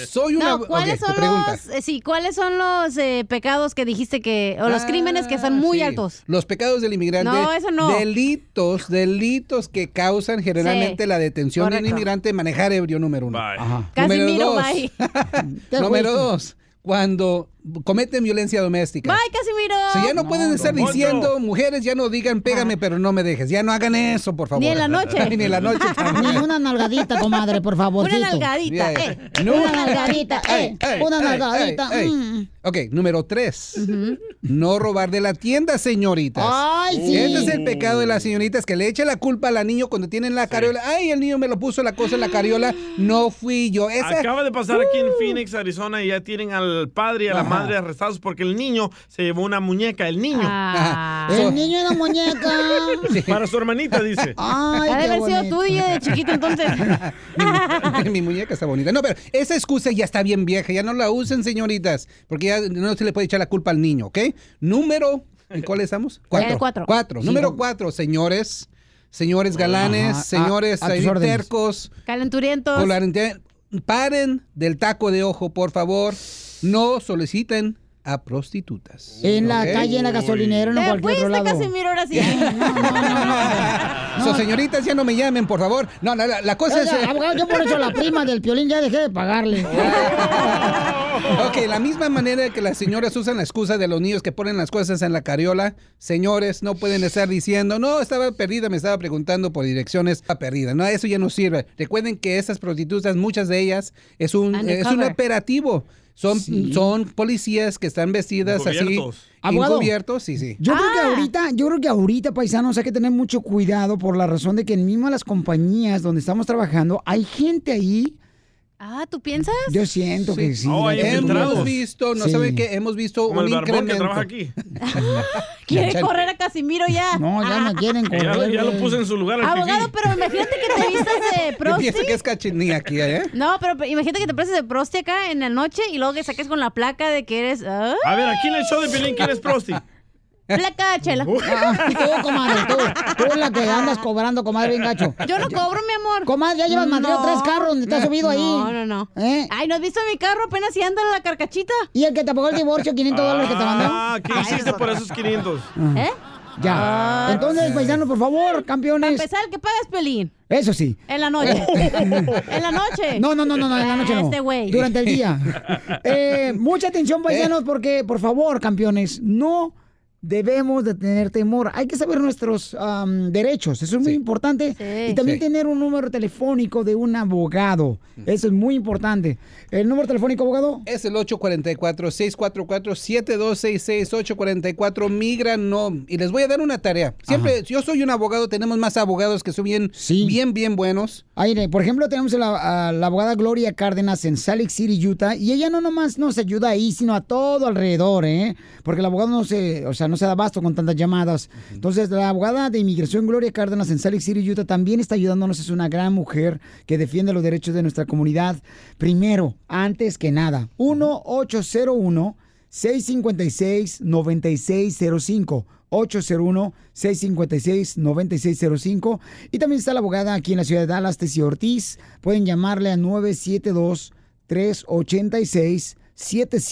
S15: soy una...
S3: No, ¿cuáles
S15: Ok, te
S3: son
S15: preguntas.
S3: los, eh, sí, ¿cuáles son los eh, pecados que dijiste que, o los
S15: Ah,
S3: crímenes que son muy altos?
S15: Los pecados del inmigrante.
S3: No, eso no.
S15: Delitos, delitos que causan generalmente
S3: Sí,
S15: la detención de
S3: correcto.
S15: un inmigrante, manejar ebrio, número uno. Ajá.
S3: Casi
S15: número
S3: miro,
S15: dos,
S3: bye.
S15: número dos, cuando cometen violencia doméstica.
S3: Bye, casi miro.
S15: O sea, ya no, pueden estar
S3: Poncho.
S15: diciendo, mujeres, ya no digan pégame,
S3: Ah.
S15: pero no me dejes. Ya no hagan eso, por favor.
S1: Ni en la noche.
S15: Ni en la noche.
S1: Ni una nalgadita, comadre, por favor.
S15: Una nalgadita, Yeah. eh. No.
S1: Una nalgadita, eh.
S15: Ey,
S1: Una
S15: ey,
S1: nalgadita.
S15: ey, ey.
S1: mm.
S15: Ok, número tres. No robar de la tienda, señoritas.
S1: Ay, sí.
S15: Este es el pecado de las señoritas que le echa la culpa a la niño cuando tienen la cariola. Ay, el niño me lo puso la cosa en la cariola. No fui yo. Esa-
S2: Acaba de pasar aquí
S3: Uh.
S2: en Phoenix, Arizona, y ya tienen al padre y a la
S15: Ajá.
S2: madre arrestados porque el niño se llevó una muñeca, el niño.
S15: Ah.
S1: El niño era muñeca.
S2: Para su hermanita, dice.
S1: Ay,
S3: ha de
S1: qué
S3: haber sido
S1: bonito.
S3: tú, DJ, de chiquito, entonces.
S15: Mi muñeca está bonita. No, pero esa excusa ya está bien vieja. Ya no la usen, señoritas. Porque ya no se le puede echar la culpa al niño, ¿ok? Número. ¿En cuál estamos? Cuatro.
S1: Eh, cuatro.
S15: Cuatro.
S1: Sí.
S15: Número cuatro, señores. Señores galanes,
S1: Ajá. A-
S15: señores
S1: a tus
S15: ahí
S1: órdenes.
S15: tercos.
S3: Calenturientos.
S15: Por la- paren del taco de ojo, por favor. No soliciten a prostitutas.
S1: En la
S15: ¿Ok?
S1: calle, en la gasolinera, en cualquier otro lado.
S3: ahora sí.
S15: So, señoritas, ya no me llamen, por favor. No, no, la, la cosa es...
S1: Oiga,
S15: eh,
S1: abogado, yo por eso la prima del piolín ya dejé de pagarle.
S15: Ok, la misma manera que las señoras usan la excusa de los niños que ponen las cosas en la cariola, señores, no pueden estar diciendo, no, estaba perdida, me estaba preguntando por direcciones, estaba perdida. No, eso ya no sirve. Recuerden que estas prostitutas, muchas de ellas, es un,
S1: Undercover.
S15: es un operativo. Son, son policías que están vestidas así,
S1: Encubiertos. Abogado.
S15: encubiertos, sí, sí.
S1: Yo creo que ahorita, yo creo que ahorita, paisanos, hay que tener mucho cuidado por la razón de que mismo las compañías donde estamos trabajando, hay gente ahí.
S3: Ah, ¿tú piensas?
S1: Yo siento que sí. la gente-
S15: hemos visto, no
S1: Sí.
S15: saben que hemos visto
S1: Como
S15: un
S1: el barbón que
S15: incremento.
S1: trabaja
S2: aquí.
S3: Quiere correr a Casimiro ya. Ah.
S1: No, ya no quieren
S2: Ya, lo- ya lo puse en su lugar. al
S3: Abogado,
S2: fifí.
S3: pero imagínate que te vistas de prosti.
S15: Piensa que es cachinilla aquí, ¿eh?
S3: No, pero imagínate que te prestes de prosti acá en la noche y luego que saques con la placa de que eres. ¡Ay!
S2: A ver, aquí en el show de Pilín, ¿quién es prosti?
S3: Placa, chela.
S1: Ah, tú, comadre, tú, tú la que andas cobrando, comadre, bien gacho.
S3: Yo no cobro, mi amor.
S1: Comadre, ya llevas mandado
S3: No.
S1: tres carros donde te has subido ahí. ¿Eh?
S3: No, no, no. Ay, ¿no has visto mi carro? Apenas si anda la carcachita.
S1: ¿Y el que te pagó el divorcio, 500 dólares que te mandó?
S2: Ah, ¿qué hiciste por esos Ah, 500?
S3: ¿Eh? Ah,
S1: Ya. Entonces, paisano, por favor, campeones.
S3: Para empezar, ¿qué pagas, Pelín?
S1: Eso sí.
S3: En la noche. en la noche.
S1: No, no, no, no, no, en la noche no.
S3: Este güey.
S1: Durante el día. Eh, mucha atención, paisanos, porque, por favor, campeones, no debemos de tener temor. Hay que saber nuestros am, derechos. Eso es muy importante. Y también
S16: Sí.
S1: tener un número telefónico de un abogado. Eso es muy importante. ¿El número telefónico, abogado?
S15: Es el 844-644-7266-844 Migranom. Y les voy a dar una tarea. Siempre, si yo soy un abogado, tenemos más abogados que son bien, bien, bien buenos.
S1: Aire, por ejemplo, tenemos a la, a la abogada Gloria Cárdenas en Salt Lake City, Utah, y ella no nomás nos ayuda ahí, sino a todo alrededor, ¿eh? Porque el abogado no se, o sea, no se da abasto con tantas llamadas. Entonces, la abogada de inmigración Gloria Cárdenas en Salt Lake City, Utah, también está ayudándonos, es una gran mujer que defiende los derechos de nuestra comunidad. Primero, antes que nada, 1-801. 656-9605. 801-656-9605. Y también está la abogada aquí en la ciudad de Dallas, Tessie Ortiz. Pueden llamarle a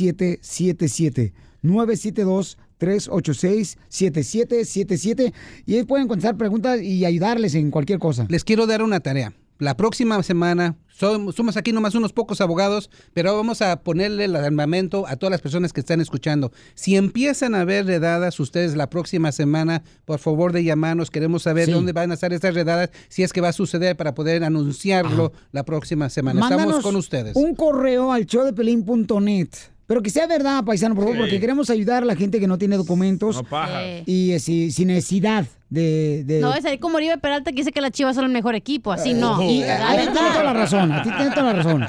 S1: 972-386-7777. 972-386-7777. Y ahí pueden contestar preguntas y ayudarles en cualquier cosa.
S15: Les quiero dar una tarea. La próxima semana somos, somos aquí nomás unos pocos abogados, pero vamos a ponerle el armamento a todas las personas que están escuchando. Si empiezan a ver redadas ustedes la próxima semana, por favor de llamarnos. Queremos saber
S1: Sí.
S15: dónde van a estar estas redadas, si es que va a suceder para poder anunciarlo la próxima semana.
S1: Mándanos
S15: Estamos con ustedes.
S1: Un correo al showdepelín.net. Pero que sea verdad, paisano, por favor,
S15: Sí.
S1: porque queremos ayudar a la gente que no tiene documentos.
S3: No pajas.
S1: Y eh, si- sin necesidad de. de-
S3: No, es ahí como Oribe Peralta que dice que las chivas son el mejor equipo. Así no.
S1: Y, eh,
S3: La
S1: ahí
S3: verdad.
S1: tiene toda la razón, a ti tiene toda la razón.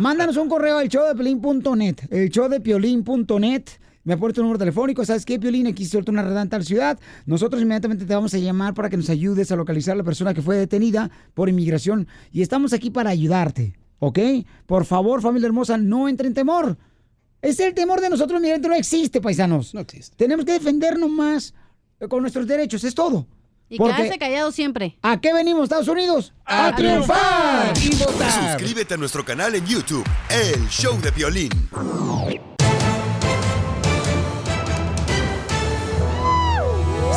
S1: Mándanos un correo al showdepiolín.net, el showdepiolín.net. Me aporta tu número telefónico, ¿sabes qué, Piolín? Aquí suelta una redanta tal ciudad. Nosotros inmediatamente te vamos a llamar para que nos ayudes a localizar a la persona que fue detenida por inmigración. Y estamos aquí para ayudarte, ¿ok? Por favor, familia hermosa, no entre en temor. Es el temor de nosotros, migrantes, no existe, paisanos.
S15: No existe.
S1: Tenemos que defendernos más eh, con nuestros derechos, es todo.
S3: Y
S1: Porque-
S3: quedarse callado siempre.
S1: ¿A qué venimos, Estados Unidos?
S3: ¡A triunfar!
S1: Y votar.
S8: Suscríbete a nuestro canal en YouTube, El Show de Violín.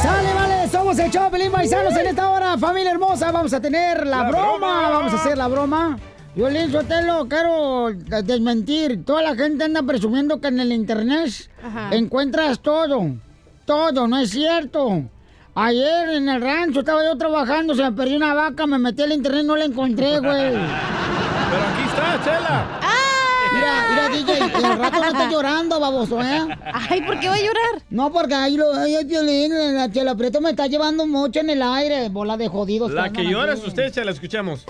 S1: ¡Sale, vale! Somos el show, Pelín Paisanos en esta hora, familia hermosa. Vamos a tener la, broma. vamos a hacer la broma. Violín Sotelo, quiero desmentir. Toda la gente anda presumiendo que en el internet
S27: Ajá.
S1: encuentras todo. Todo, no es cierto. Ayer en el rancho estaba yo trabajando, se me perdió una vaca, me metí al internet, no la encontré, güey.
S2: Pero aquí está, Chela.
S1: Mira, mira, DJ, el rato no está llorando, baboso, ¿eh? Ay, ¿por qué va a llorar? No, porque ahí lo, ahí el violín, la chela Prieto me está llevando mucho en el aire, bola de jodidos.
S2: La
S1: andan
S2: que
S1: aquí.
S2: llora es usted, Chela, escuchamos.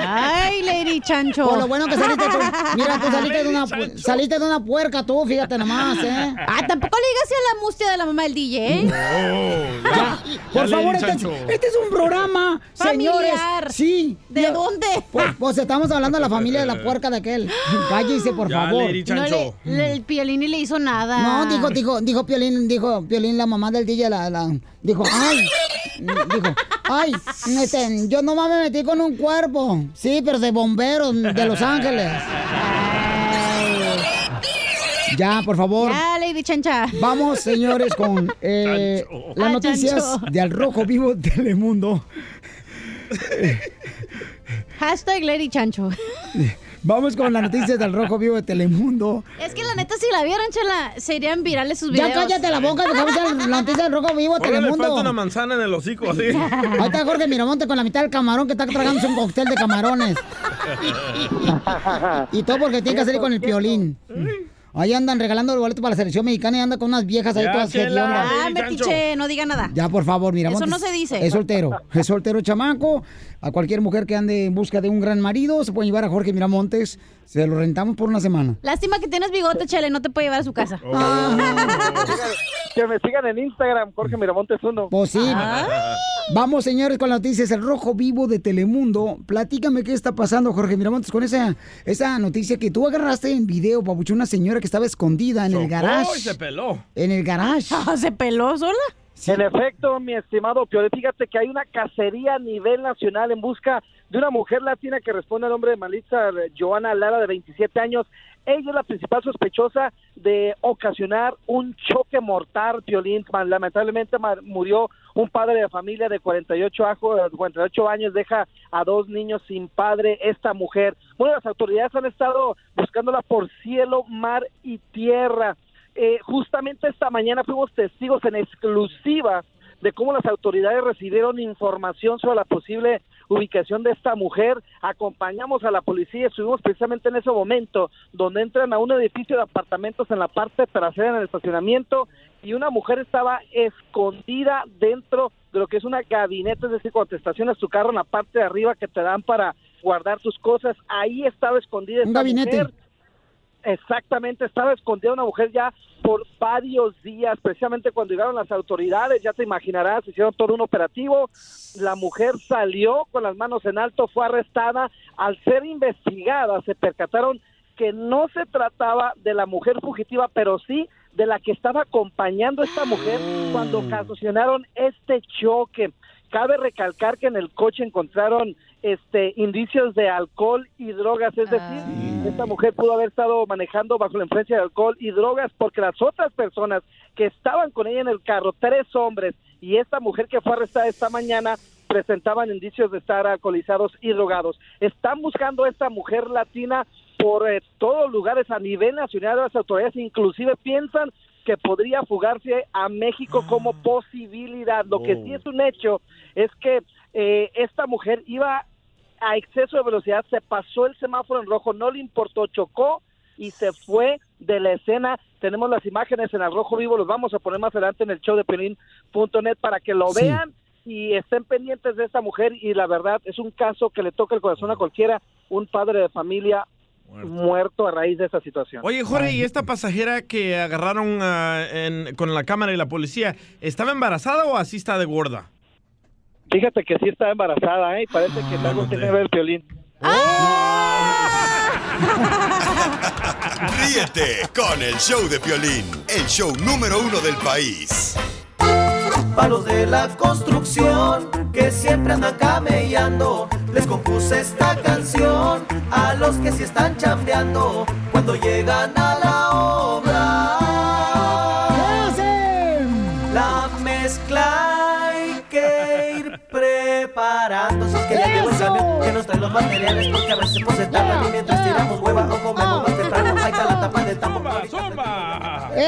S1: Ah,
S3: Ay, Lady Chancho.
S1: Por lo bueno que saliste tú. Mira, tú saliste de una, pu- saliste de una puerca tú, fíjate nomás, ¿eh?
S3: Ah, tampoco le digas a la mustia de la mamá del DJ. ¿eh?
S1: Ya, por
S3: ya,
S1: favor,
S3: Lady
S1: este es,
S3: Chancho.
S1: este es un programa,
S3: Familiar.
S1: señores. Sí. ¿De
S3: dónde?
S1: Pues, pues estamos hablando de la familia de
S2: Eh.
S1: la puerca de aquel. Cállese, por
S3: Ya,
S1: favor.
S3: Lady Chancho. No le- le- el Piolín ni le hizo nada.
S1: No, dijo, dijo, dijo Piolín, dijo Piolín, la mamá del DJ, la, la- dijo, ay, dijo, ay, este, yo nomás me metí con un cuerpo, sí, pero de bomberos de Los Ángeles. Ya, por favor.
S3: Ya, Lady Chancha.
S1: Vamos, señores, con eh,
S3: Chancho.
S1: las
S3: Ah,
S1: noticias
S3: Chancho.
S1: de Al Rojo Vivo Telemundo.
S3: Hashtag Lady Chancho.
S1: Vamos con las noticias del Rojo Vivo de Telemundo.
S3: Es que la neta, si la vieran, chela, serían virales sus videos.
S1: Ya cállate la boca, dejamos las noticias del Rojo Vivo de
S2: Ahora le falta
S1: Telemundo.
S2: una manzana en el hocico, así.
S1: Ahí está Jorge Miramonte con la mitad del camarón que está tragándose un cóctel de camarones. Y todo porque tiene que salir con el piolín. Ahí andan regalando el boleto para la selección mexicana y anda con unas viejas ahí
S3: Ya,
S1: todas
S3: chela,
S1: hediondas.
S3: Ah, metiche, no diga nada.
S1: Ya, por favor, mira.
S3: Eso
S1: Montes
S3: no se dice.
S1: Es soltero. Es soltero, chamaco. A cualquier mujer que ande en busca de un gran marido, se puede llevar a Jorge Miramontes. Se lo rentamos por una semana.
S3: Lástima que tienes bigote, chela, y no te puede llevar a su casa.
S16: Que me sigan en Instagram, Ah. Jorge Miramontes uno.
S1: Pues sí. Vamos, señores, con las noticias. El Rojo Vivo de Telemundo. Platícame qué está pasando, Jorge Miramontes, con esa, esa noticia que tú agarraste en video, papucho, una señora que estaba escondida en el
S16: Uy,
S1: garage.
S16: se peló.
S1: En el garage.
S3: Ah, ¿Se peló sola?
S16: En efecto, mi estimado Piolín, fíjate que hay una cacería a nivel nacional en busca de una mujer latina que responde al nombre de Maritza eh, Joana Lara, de 27 años. Ella es la principal sospechosa de ocasionar un choque mortal, Piolín. Ma- Lamentablemente ma- murió un padre de familia de 48, ajo- eh, 48 años, deja a dos niños sin padre esta mujer. Bueno, las autoridades han estado buscándola por cielo, mar y tierra eh, justamente esta mañana fuimos testigos en exclusiva de cómo las autoridades recibieron información sobre la posible ubicación de esta mujer. Acompañamos a la policía y estuvimos precisamente en ese momento donde entran a un edificio de apartamentos en la parte trasera, en el estacionamiento, y una mujer estaba escondida dentro de lo que es una gabinete, es decir, cuando te estacionas tu carro en la parte de arriba que te dan para guardar tus cosas, ahí estaba escondida
S1: Un
S16: esta
S1: gabinete.
S16: mujer. Exactamente, estaba escondida una mujer ya por varios días, precisamente cuando llegaron las autoridades, ya te imaginarás, hicieron todo un operativo, la mujer salió con las manos en alto, fue arrestada, al ser investigada se percataron que no se trataba de la mujer fugitiva, pero sí de la que estaba acompañando a esta mujer cuando ocasionaron este choque. Cabe recalcar que en el coche encontraron este indicios de alcohol y drogas, es decir, esta mujer pudo haber estado manejando bajo la influencia de alcohol y drogas porque las otras personas que estaban con ella en el carro, tres hombres y esta mujer que fue arrestada esta mañana presentaban indicios de estar alcoholizados y drogados. Están buscando a esta mujer latina por eh, todos lugares a nivel nacional, las autoridades inclusive piensan que podría fugarse a México como posibilidad. Lo que
S27: Oh.
S16: sí es un hecho es que eh, esta mujer iba a exceso de velocidad, se pasó el semáforo en rojo, no le importó, chocó y se fue de la escena. Tenemos las imágenes en el rojo vivo, los vamos a poner más adelante en el show de Pelín.net para que lo
S19: Sí.
S16: vean y estén pendientes de esta mujer y la verdad es un caso que le toca el corazón a cualquiera, un padre de familia muerto, a raíz de esta situación.
S2: Oye, Jorge, ¿y esta pasajera que agarraron ah, en- con la cámara y la policía, ¿estaba embarazada o así está de gorda?
S16: Fíjate que sí está embarazada, ¿eh? Parece
S2: Ah,
S16: que algo tiene que ver el violín.
S8: Ríete con el show de Piolín, el show número uno del país.
S24: Palos de la construcción que siempre andan camellando. Les compuse esta canción a los que sí están chambeando cuando llegan a la obra. La mezcla hay que ir preparando. Si es que ya llegó el camión que nos trae los materiales porque a veces pues se tardan y mientras tiramos hueva o comemos más temprano.
S23: Ah.
S24: Ahí está la tapa del tambo.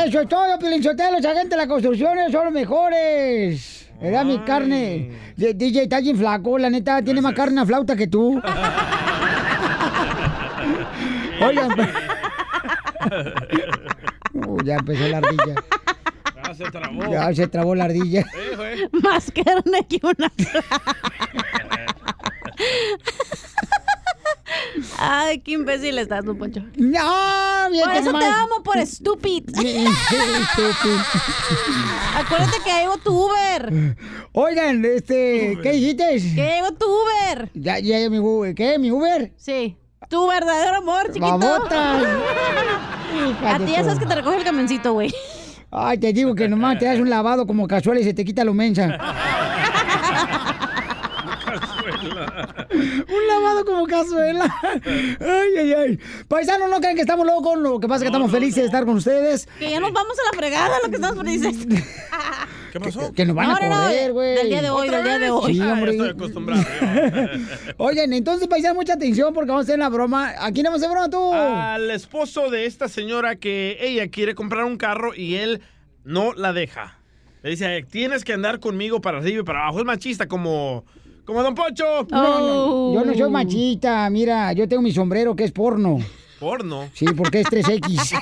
S1: Eso es todo, Pilinchotelo, esa gente de la construcción son los mejores. Era mi carne. D- DJ está bien flaco, la neta, tiene más carne a flauta que tú. Oigan, pues- Uy, ya empezó la ardilla.
S2: Ya se trabó.
S1: Ya se trabó la ardilla.
S3: Más carne que una. Ay, qué imbécil estás, Don Poncho.
S1: No, Ah, bien,
S3: Por
S1: que
S3: eso
S1: nomás-
S3: te amo, por estúpido. Acuérdate que ya llegó tu Uber.
S1: Oigan, este, ¿qué dijiste?
S3: Que llegó tu Uber.
S1: Ya, ya, llegó mi Uber. ¿Qué? ¿Mi Uber?
S3: Sí. Tu verdadero amor, chiquito.
S1: Babotas.
S3: A ti ya sabes que te recoge el camioncito, güey.
S1: Ay, te digo que nomás te das un lavado como casual y se te quita lo mensa. Un lavado como cazuela. Ay, ay, ay. Paisanos, no crean que estamos locos. Lo que pasa es que estamos felices de estar con ustedes.
S3: Que ya nos vamos a la fregada, lo que estamos felices.
S1: ¿Qué pasó? Ah, Que nos van a correr, güey.
S3: Del día de hoy, del día de hoy.
S1: Sí, hombre.
S2: Ah, Estoy acostumbrado.
S1: Oigan, entonces, paisanos, mucha atención porque vamos a hacer la broma. Aquí no vamos a hacer broma tú.
S2: Al esposo de esta señora que ella quiere comprar un carro y él no la deja. Le dice, tienes que andar conmigo para arriba y para abajo. Es machista como, como Don Pocho.
S1: No, no, yo no soy machita. Mira, yo tengo mi sombrero que es porno.
S2: Porno.
S1: Sí, porque es 3X.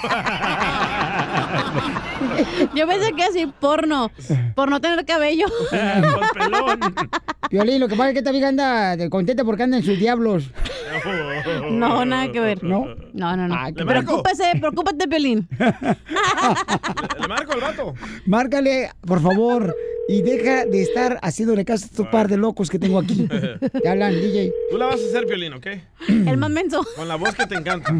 S3: Yo pensé que así porno, por no tener cabello.
S1: Violín, lo que pasa es que esta vieja anda de- contenta porque anda en sus diablos.
S3: No, nada que ver.
S1: ¿No? Ah,
S3: No, no, no.
S1: ¿Le marco?
S3: Preocúpese, preocúpate, Pelín.
S2: ¿Le marco al vato?
S1: Márcale, por favor, y deja de estar haciéndole caso a estos par de locos que tengo aquí. Te hablan, DJ.
S2: Tú la vas a hacer, Piolín, ¿ok?
S3: El más menso.
S2: Con la voz que te encanta.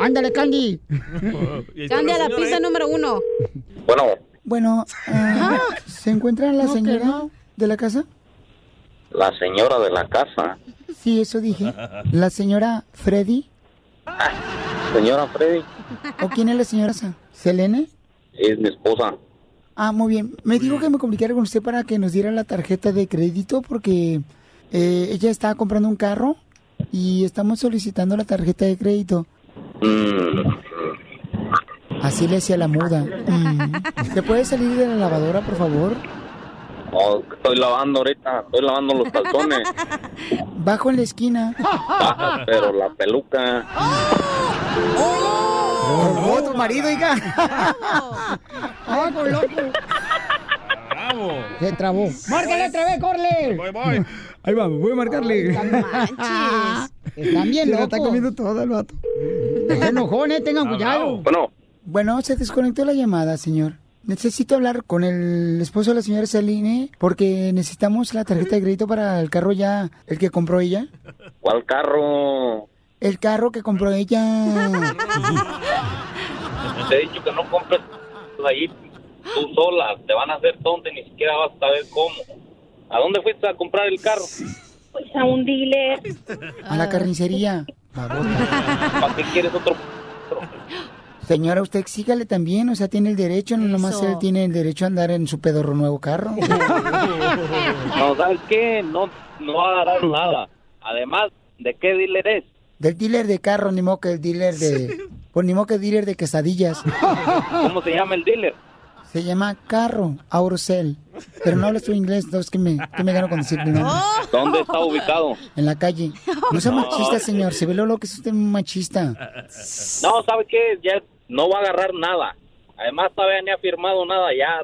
S1: Ándale, Candy.
S2: Y ahí está
S3: Cambia la
S2: señora,
S3: pista
S2: ¿eh?
S3: número uno.
S27: Bueno,
S1: Bueno, ah, ¿se encuentra la
S3: No, que
S1: señora de la casa?
S27: la señora de la casa.
S1: Sí, eso dije. ¿La señora Freddy?
S27: Señora Freddy,
S1: ¿O quién es la señora? esa? ¿Selene?
S27: es mi esposa.
S1: Ah, muy bien. Me dijo que me comunicara con usted para que nos diera la tarjeta de crédito porque eh, ella estaba comprando un carro y estamos solicitando la tarjeta de crédito. Así le hacía la muda. Mm. ¿Se puede salir de la lavadora, por favor?
S27: Oh, estoy lavando ahorita, estoy lavando los calzones,
S1: Bajo en la esquina.
S27: Ah, pero la peluca.
S1: ¡Oh, tu marido, hija! ¡Ay, por loco!
S2: ¡Bravo!
S1: Se trabó. ¡Márcale otra vez, corle!
S2: Voy, voy.
S1: Ahí va, voy a marcarle. Están bien locos. pues
S19: Se la está comiendo
S1: todo el vato. enojones, ¿eh? tengan cuidado.
S27: Bueno.
S1: Bueno, se desconectó la llamada, señor. Necesito hablar con el esposo de la señora Celine porque necesitamos la tarjeta de crédito para el carro ya, el que compró ella.
S27: ¿Cuál carro?
S1: El carro que compró ella.
S27: Te he dicho que no compres ahí tú sola, te van a hacer tonta y ni siquiera vas a saber cómo. ¿A dónde fuiste a comprar el carro?
S1: Pues a un dealer. A la carnicería.
S27: ¿Para qué quieres otro?
S1: Señora, usted exígale también, o sea, tiene el derecho, no nomás él tiene el derecho a andar en su pedorro nuevo carro.
S27: No, ¿sabes qué? No, no va a dar nada. Además, ¿de qué dealer es?
S1: Del dealer de carro, ni modo que el dealer de... Pues ni modo que el dealer de quesadillas.
S27: ¿Cómo se llama el dealer?
S1: Se llama Carro Aurosel. Pero no hablo su inglés, entonces que me, qué me gano con decir el nombre?
S27: ¿Dónde está ubicado?
S1: En la calle. No sea
S27: No.
S1: machista, señor. Se ve lo loco que es usted un machista.
S27: No, ¿sabe qué? Ya no va a agarrar nada. Además, todavía ni ha firmado nada. Ya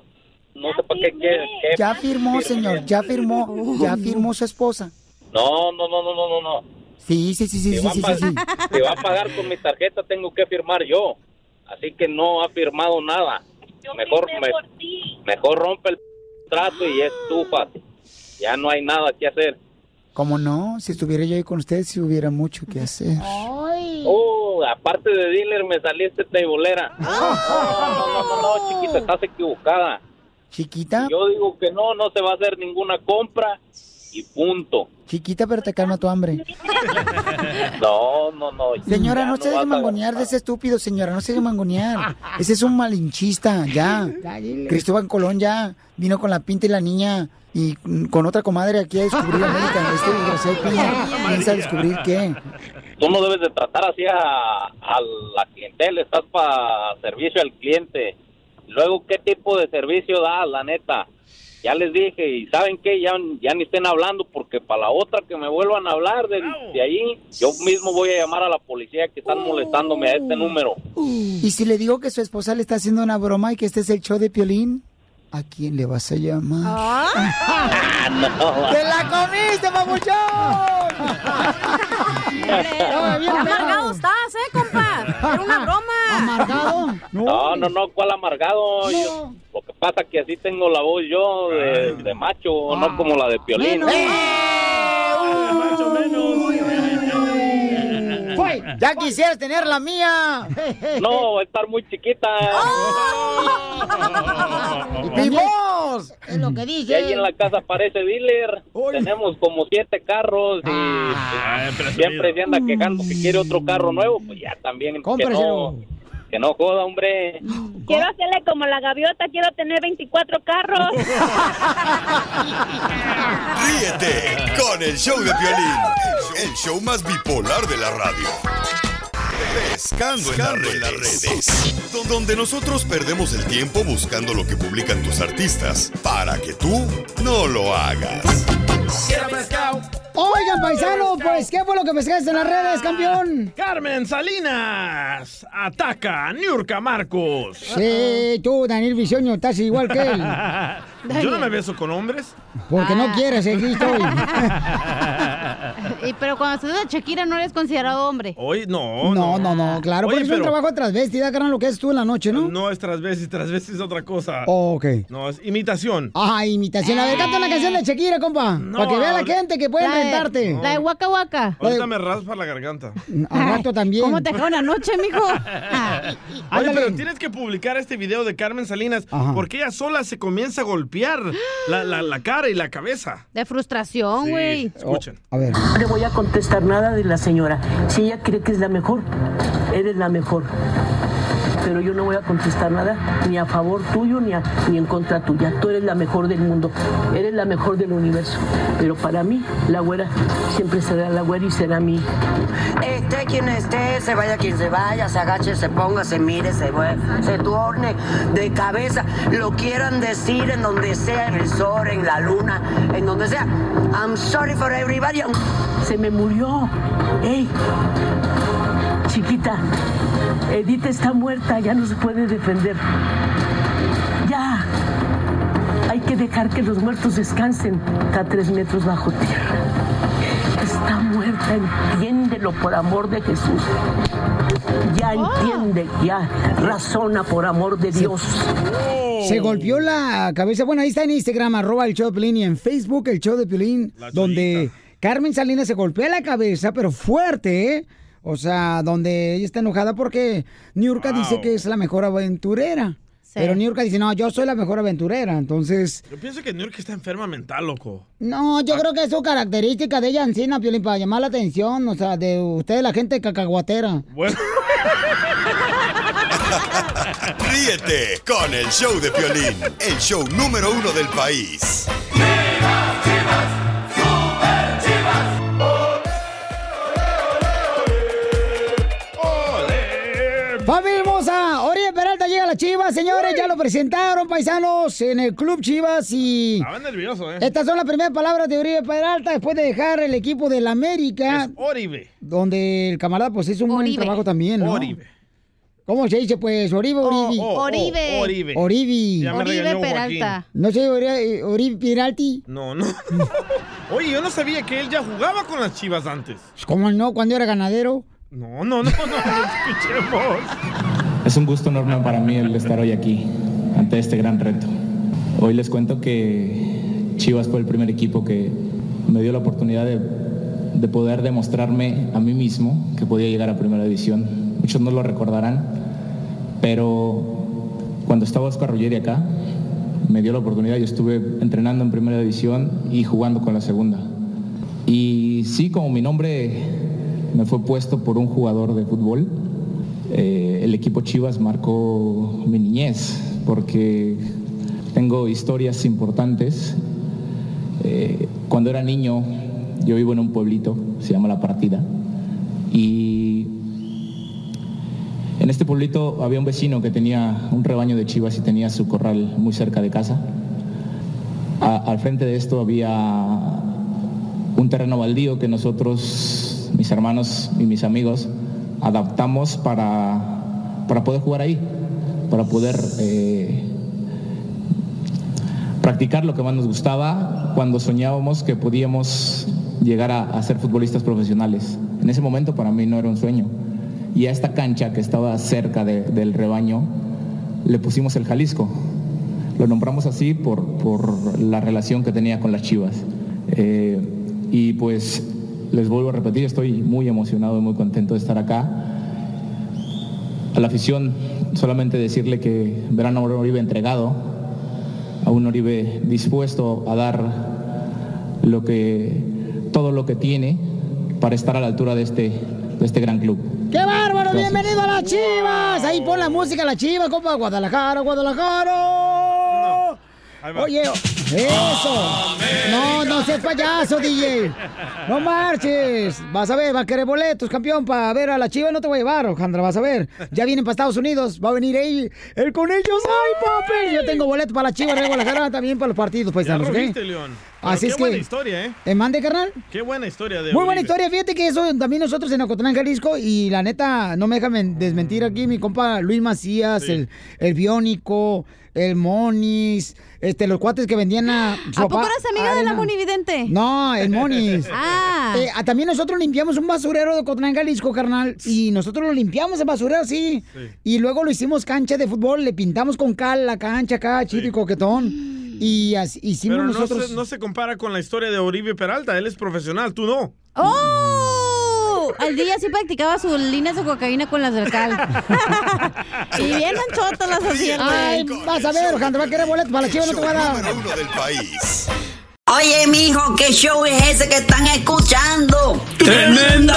S27: no sé para qué quiere. qué-
S1: Ya firmó, señor. Ya firmó. Ya firmó su esposa.
S27: No, no, no, no, no, no, no.
S1: Sí, sí, sí, sí,
S27: Si
S1: sí,
S27: va,
S1: sí,
S27: a
S1: sí, sí.
S27: pag- si va a pagar con mi tarjeta, tengo que firmar yo. Así que no ha firmado nada. Mejor, me- mejor rompe el trato y estúfate. Ya no hay nada que hacer.
S1: ¿Cómo no? Si estuviera yo ahí con usted, si hubiera mucho que hacer.
S27: Oh, aparte de dealer, me saliste teibolera. No, no, no, no, no, chiquita, estás equivocada.
S1: Chiquita,
S27: Yo digo que no, no se va a hacer ninguna compra y punto.
S1: chiquita, pero te calma tu hambre.
S27: No, no, no.
S1: Señora,
S27: ya
S1: no se
S27: vas
S1: deje
S27: a-
S1: mangonear de ese estúpido, señora. No se deje mangonear. Ese es un malinchista, ya. Cristóbal Colón ya vino con la pinta y la niña y mm, con otra comadre aquí a descubrir América. Este desgraciado piensa, piensa descubrir qué.
S27: Tú no debes de tratar así a, a la clientela, estás para servicio al cliente. Luego, ¿qué tipo de servicio da, la neta? Ya les dije, y ¿saben qué? Ya, ya ni estén hablando, porque para la otra que me vuelvan a hablar de, de ahí, yo mismo voy a llamar a la policía que están molestándome a este número.
S1: Y si le digo que su esposa le está haciendo una broma y que este es el show de Piolín, ¿a quién le vas a llamar?
S27: Ah, no.
S1: ¡Te la comiste, papuchón!
S3: Amargado estás, ¿eh, compa? Era una broma.
S1: ¿Amargado?
S27: No, no, no, ¿cuál amargado?
S3: No.
S27: Yo- lo que pasa que así tengo la voz yo de, de macho, no como la de Piolín.
S1: Menos.
S27: ¡Eh!
S1: ¡Fue! Ya quisieras tener la mía.
S27: No, va a estar muy chiquita.
S1: ¡Vivos! Es lo que
S27: Y ahí en la casa parece dealer. Tenemos como siete carros y siempre se anda quejando que quiere otro carro nuevo. Pues ya también que no,
S19: Cómpreselo.
S27: que no joda, hombre.
S19: Quiero hacerle como la gaviota, quiero tener 24 carros.
S8: Ríete con el show de Piolín, el show más bipolar de la radio. Pescando en las redes, donde nosotros perdemos el tiempo buscando lo que publican tus artistas para que tú no lo hagas.
S1: Oigan, paisano, pues, ¿qué fue lo que pescaste en las redes, campeón?
S2: Carmen Salinas ataca a Niurka Marcos.
S1: Sí, tú, Daniel Bisoño, estás igual que él.
S2: Yo no me Ah. beso con hombres.
S1: Porque no quieres, ¿eh, aquí estoy.
S3: Y, pero cuando estás a Shakira no eres considerado hombre.
S2: Ah.
S1: Oh,
S2: Hoy no.
S1: No, no, no, claro,
S2: Oye,
S1: porque es un
S2: pero-
S1: trabajo transvestida, carnal, lo que es tú en la noche, ¿no?
S2: No es transvesti, transvesti es otra cosa.
S1: Oh, ok. Ah,
S2: No, es imitación.
S1: Ajá, imitación. A ver, canta una canción de Shakira, compa. para que vea la gente que pueden
S3: La de-
S1: rentarte.
S3: La de Waka Waka.
S2: Ahorita me raspa la garganta.
S1: Al rato también.
S3: ¿Cómo te dejó una noche, mijo?
S2: Oye, pero tienes que publicar este video de Carmen Salinas porque ella sola se comienza a golpear la, la- la cara y la cabeza.
S3: De frustración,
S2: Sí,
S3: güey.
S2: escuchen.
S1: a ver.
S18: No le voy a contestar nada de la señora. Si ella cree que es la mejor, eres la mejor. Pero yo no voy a contestar nada ni a favor tuyo ni, a- ni en contra tuya. Tú eres la mejor del mundo. Eres la mejor del universo. Pero para mí, la güera siempre será la güera y será mi.
S21: Esté quien esté, se vaya quien se vaya, se agache, se ponga, se mire, se, vue- se torne de cabeza, lo quieran decir en donde sea, en el sol, en la luna, en donde sea. I'm sorry for everybody.
S18: Se me murió. ¡Ey! Chiquita, Edith está muerta, ya no se puede defender. Ya. Hay que dejar que los muertos descansen a tres metros bajo tierra. Está muerta, entiéndelo por amor de Jesús. Ya entiende, ya razona por amor de Dios.
S1: Se
S2: Oh.
S1: golpeó la cabeza. Bueno, ahí está en Instagram, arroba el show de Piolín, y en Facebook, el show de Piolín, donde Carmen Salinas se golpea la cabeza, pero fuerte, ¿eh? O sea, donde ella está enojada porque Niurka dice que es la mejor aventurera. Pero Niurka dice, no, yo soy la mejor aventurera. Entonces,
S2: Yo pienso que Niurka está enferma mental, loco.
S1: no,
S2: Ah.
S1: yo creo que es su característica de ella encina, Piolín, para llamar la atención, o sea, de ustedes, la gente cacahuatera.
S2: Bueno.
S8: Ríete con el show de Piolín, el show número uno del país.
S1: ¡Familia hermosa! Oribe Peralta llega a las Chivas, señores. Ya lo presentaron, paisanos, en el Club Chivas y...
S2: Estaba nervioso, ¿eh?
S1: Estas son las primeras palabras de Oribe Peralta después de dejar el equipo del América,
S2: Oribe.
S1: donde el camarada pues hizo un buen
S2: Oribe.
S1: trabajo también, ¿no?
S2: Oribe.
S1: ¿Cómo se dice pues? Oribe, Oribe.
S2: oh, oh, Oribe. Oribe.
S1: Oribe.
S2: Ya me Oribe regañó Joaquín. Peralta.
S1: ¿No se dice Oribe, Oribe Peralti?
S2: No, no. Oye, yo no sabía que él ya jugaba con las chivas antes.
S1: ¿Cómo no? Cuando era ganadero.
S2: No, no, no, no, no escuchemos.
S28: Es un gusto enorme para mí el estar hoy aquí, ante este gran reto. Hoy les cuento que Chivas fue el primer equipo que me dio la oportunidad de, de poder demostrarme a mí mismo que podía llegar a Primera División. Muchos no lo recordarán, pero cuando estaba Oscar Ruggeri acá, me dio la oportunidad, yo estuve entrenando en Primera División y jugando con la Segunda. Y sí, como mi nombre me fue puesto por un jugador de fútbol, eh, el equipo Chivas marcó mi niñez, porque tengo historias importantes. Eh, cuando era niño, yo vivo en un pueblito, se llama La Partida, y en este pueblito había un vecino que tenía un rebaño de chivas y tenía su corral muy cerca de casa. A- al frente de esto había un terreno baldío que nosotros, mis hermanos y mis amigos, adaptamos para, para poder jugar ahí, para poder eh, practicar lo que más nos gustaba cuando soñábamos que podíamos llegar a, a ser futbolistas profesionales. En ese momento para mí no era un sueño. Y a esta cancha que estaba cerca de- del rebaño le pusimos el Jalisco. Lo nombramos así por, por la relación que tenía con las Chivas. Eh, y pues les vuelvo a repetir, estoy muy emocionado y muy contento de estar acá. A la afición, solamente decirle que verán a un Oribe entregado, a un Oribe dispuesto a dar lo que, todo lo que tiene para estar a la altura de este, de este gran club.
S1: ¡Qué bárbaro!
S28: Gracias.
S1: ¡Bienvenido a las chivas! Ahí pon la música a las chivas, compa. Guadalajara, Guadalajara. Oye, eso. No, no seas payaso, DJ. No marches. Vas a ver, va a querer boletos, campeón, para ver a la chiva. No te voy a llevar, Alejandra, vas a ver. Ya vienen para Estados Unidos. Va a venir ahí el con ellos. ¡Ay, papi! Yo tengo boletos para la chiva de Guadalajara, también para los partidos, pues.
S2: Ya
S1: ¿ok?
S2: rugiste, León. Pero
S1: Así
S2: qué
S1: es
S2: buena
S1: que-
S2: historia, ¿eh?
S1: ¿Eh, mande, carnal?
S2: Qué buena historia de
S1: Muy buena
S2: Oribe.
S1: historia, fíjate que eso también nosotros en Ocotlán, Jalisco, y la neta, no me dejan men- desmentir aquí mi compa Luis Macías, el, el Biónico, el Monis, este, los cuates que vendían a su
S3: ¿A poco
S1: papá
S3: eras amiga de la
S1: arena.
S3: monividente?
S1: No, el Monis.
S3: Ah.
S1: Eh, ah, también nosotros limpiamos un basurero de Ocotlán, Jalisco, carnal, y nosotros lo limpiamos el basurero, sí. Y luego lo hicimos cancha de fútbol, le pintamos con cal la cancha acá, chido y coquetón. Y así, hicimos
S2: Pero no
S1: nosotros...
S2: se, no se compara con la historia de Oribe Peralta. Él es profesional, tú no.
S3: ¡Oh! Al día sí practicaba sus líneas de cocaína con las del cal. y bien anchotas las hacía.
S1: Ay, vas a ver, Alejandra, va a querer boletos para la chiva, no te voy a dar.
S8: Uno del país.
S21: Oye, mijo, ¿qué show es ese que están escuchando?
S5: ¡Tremenda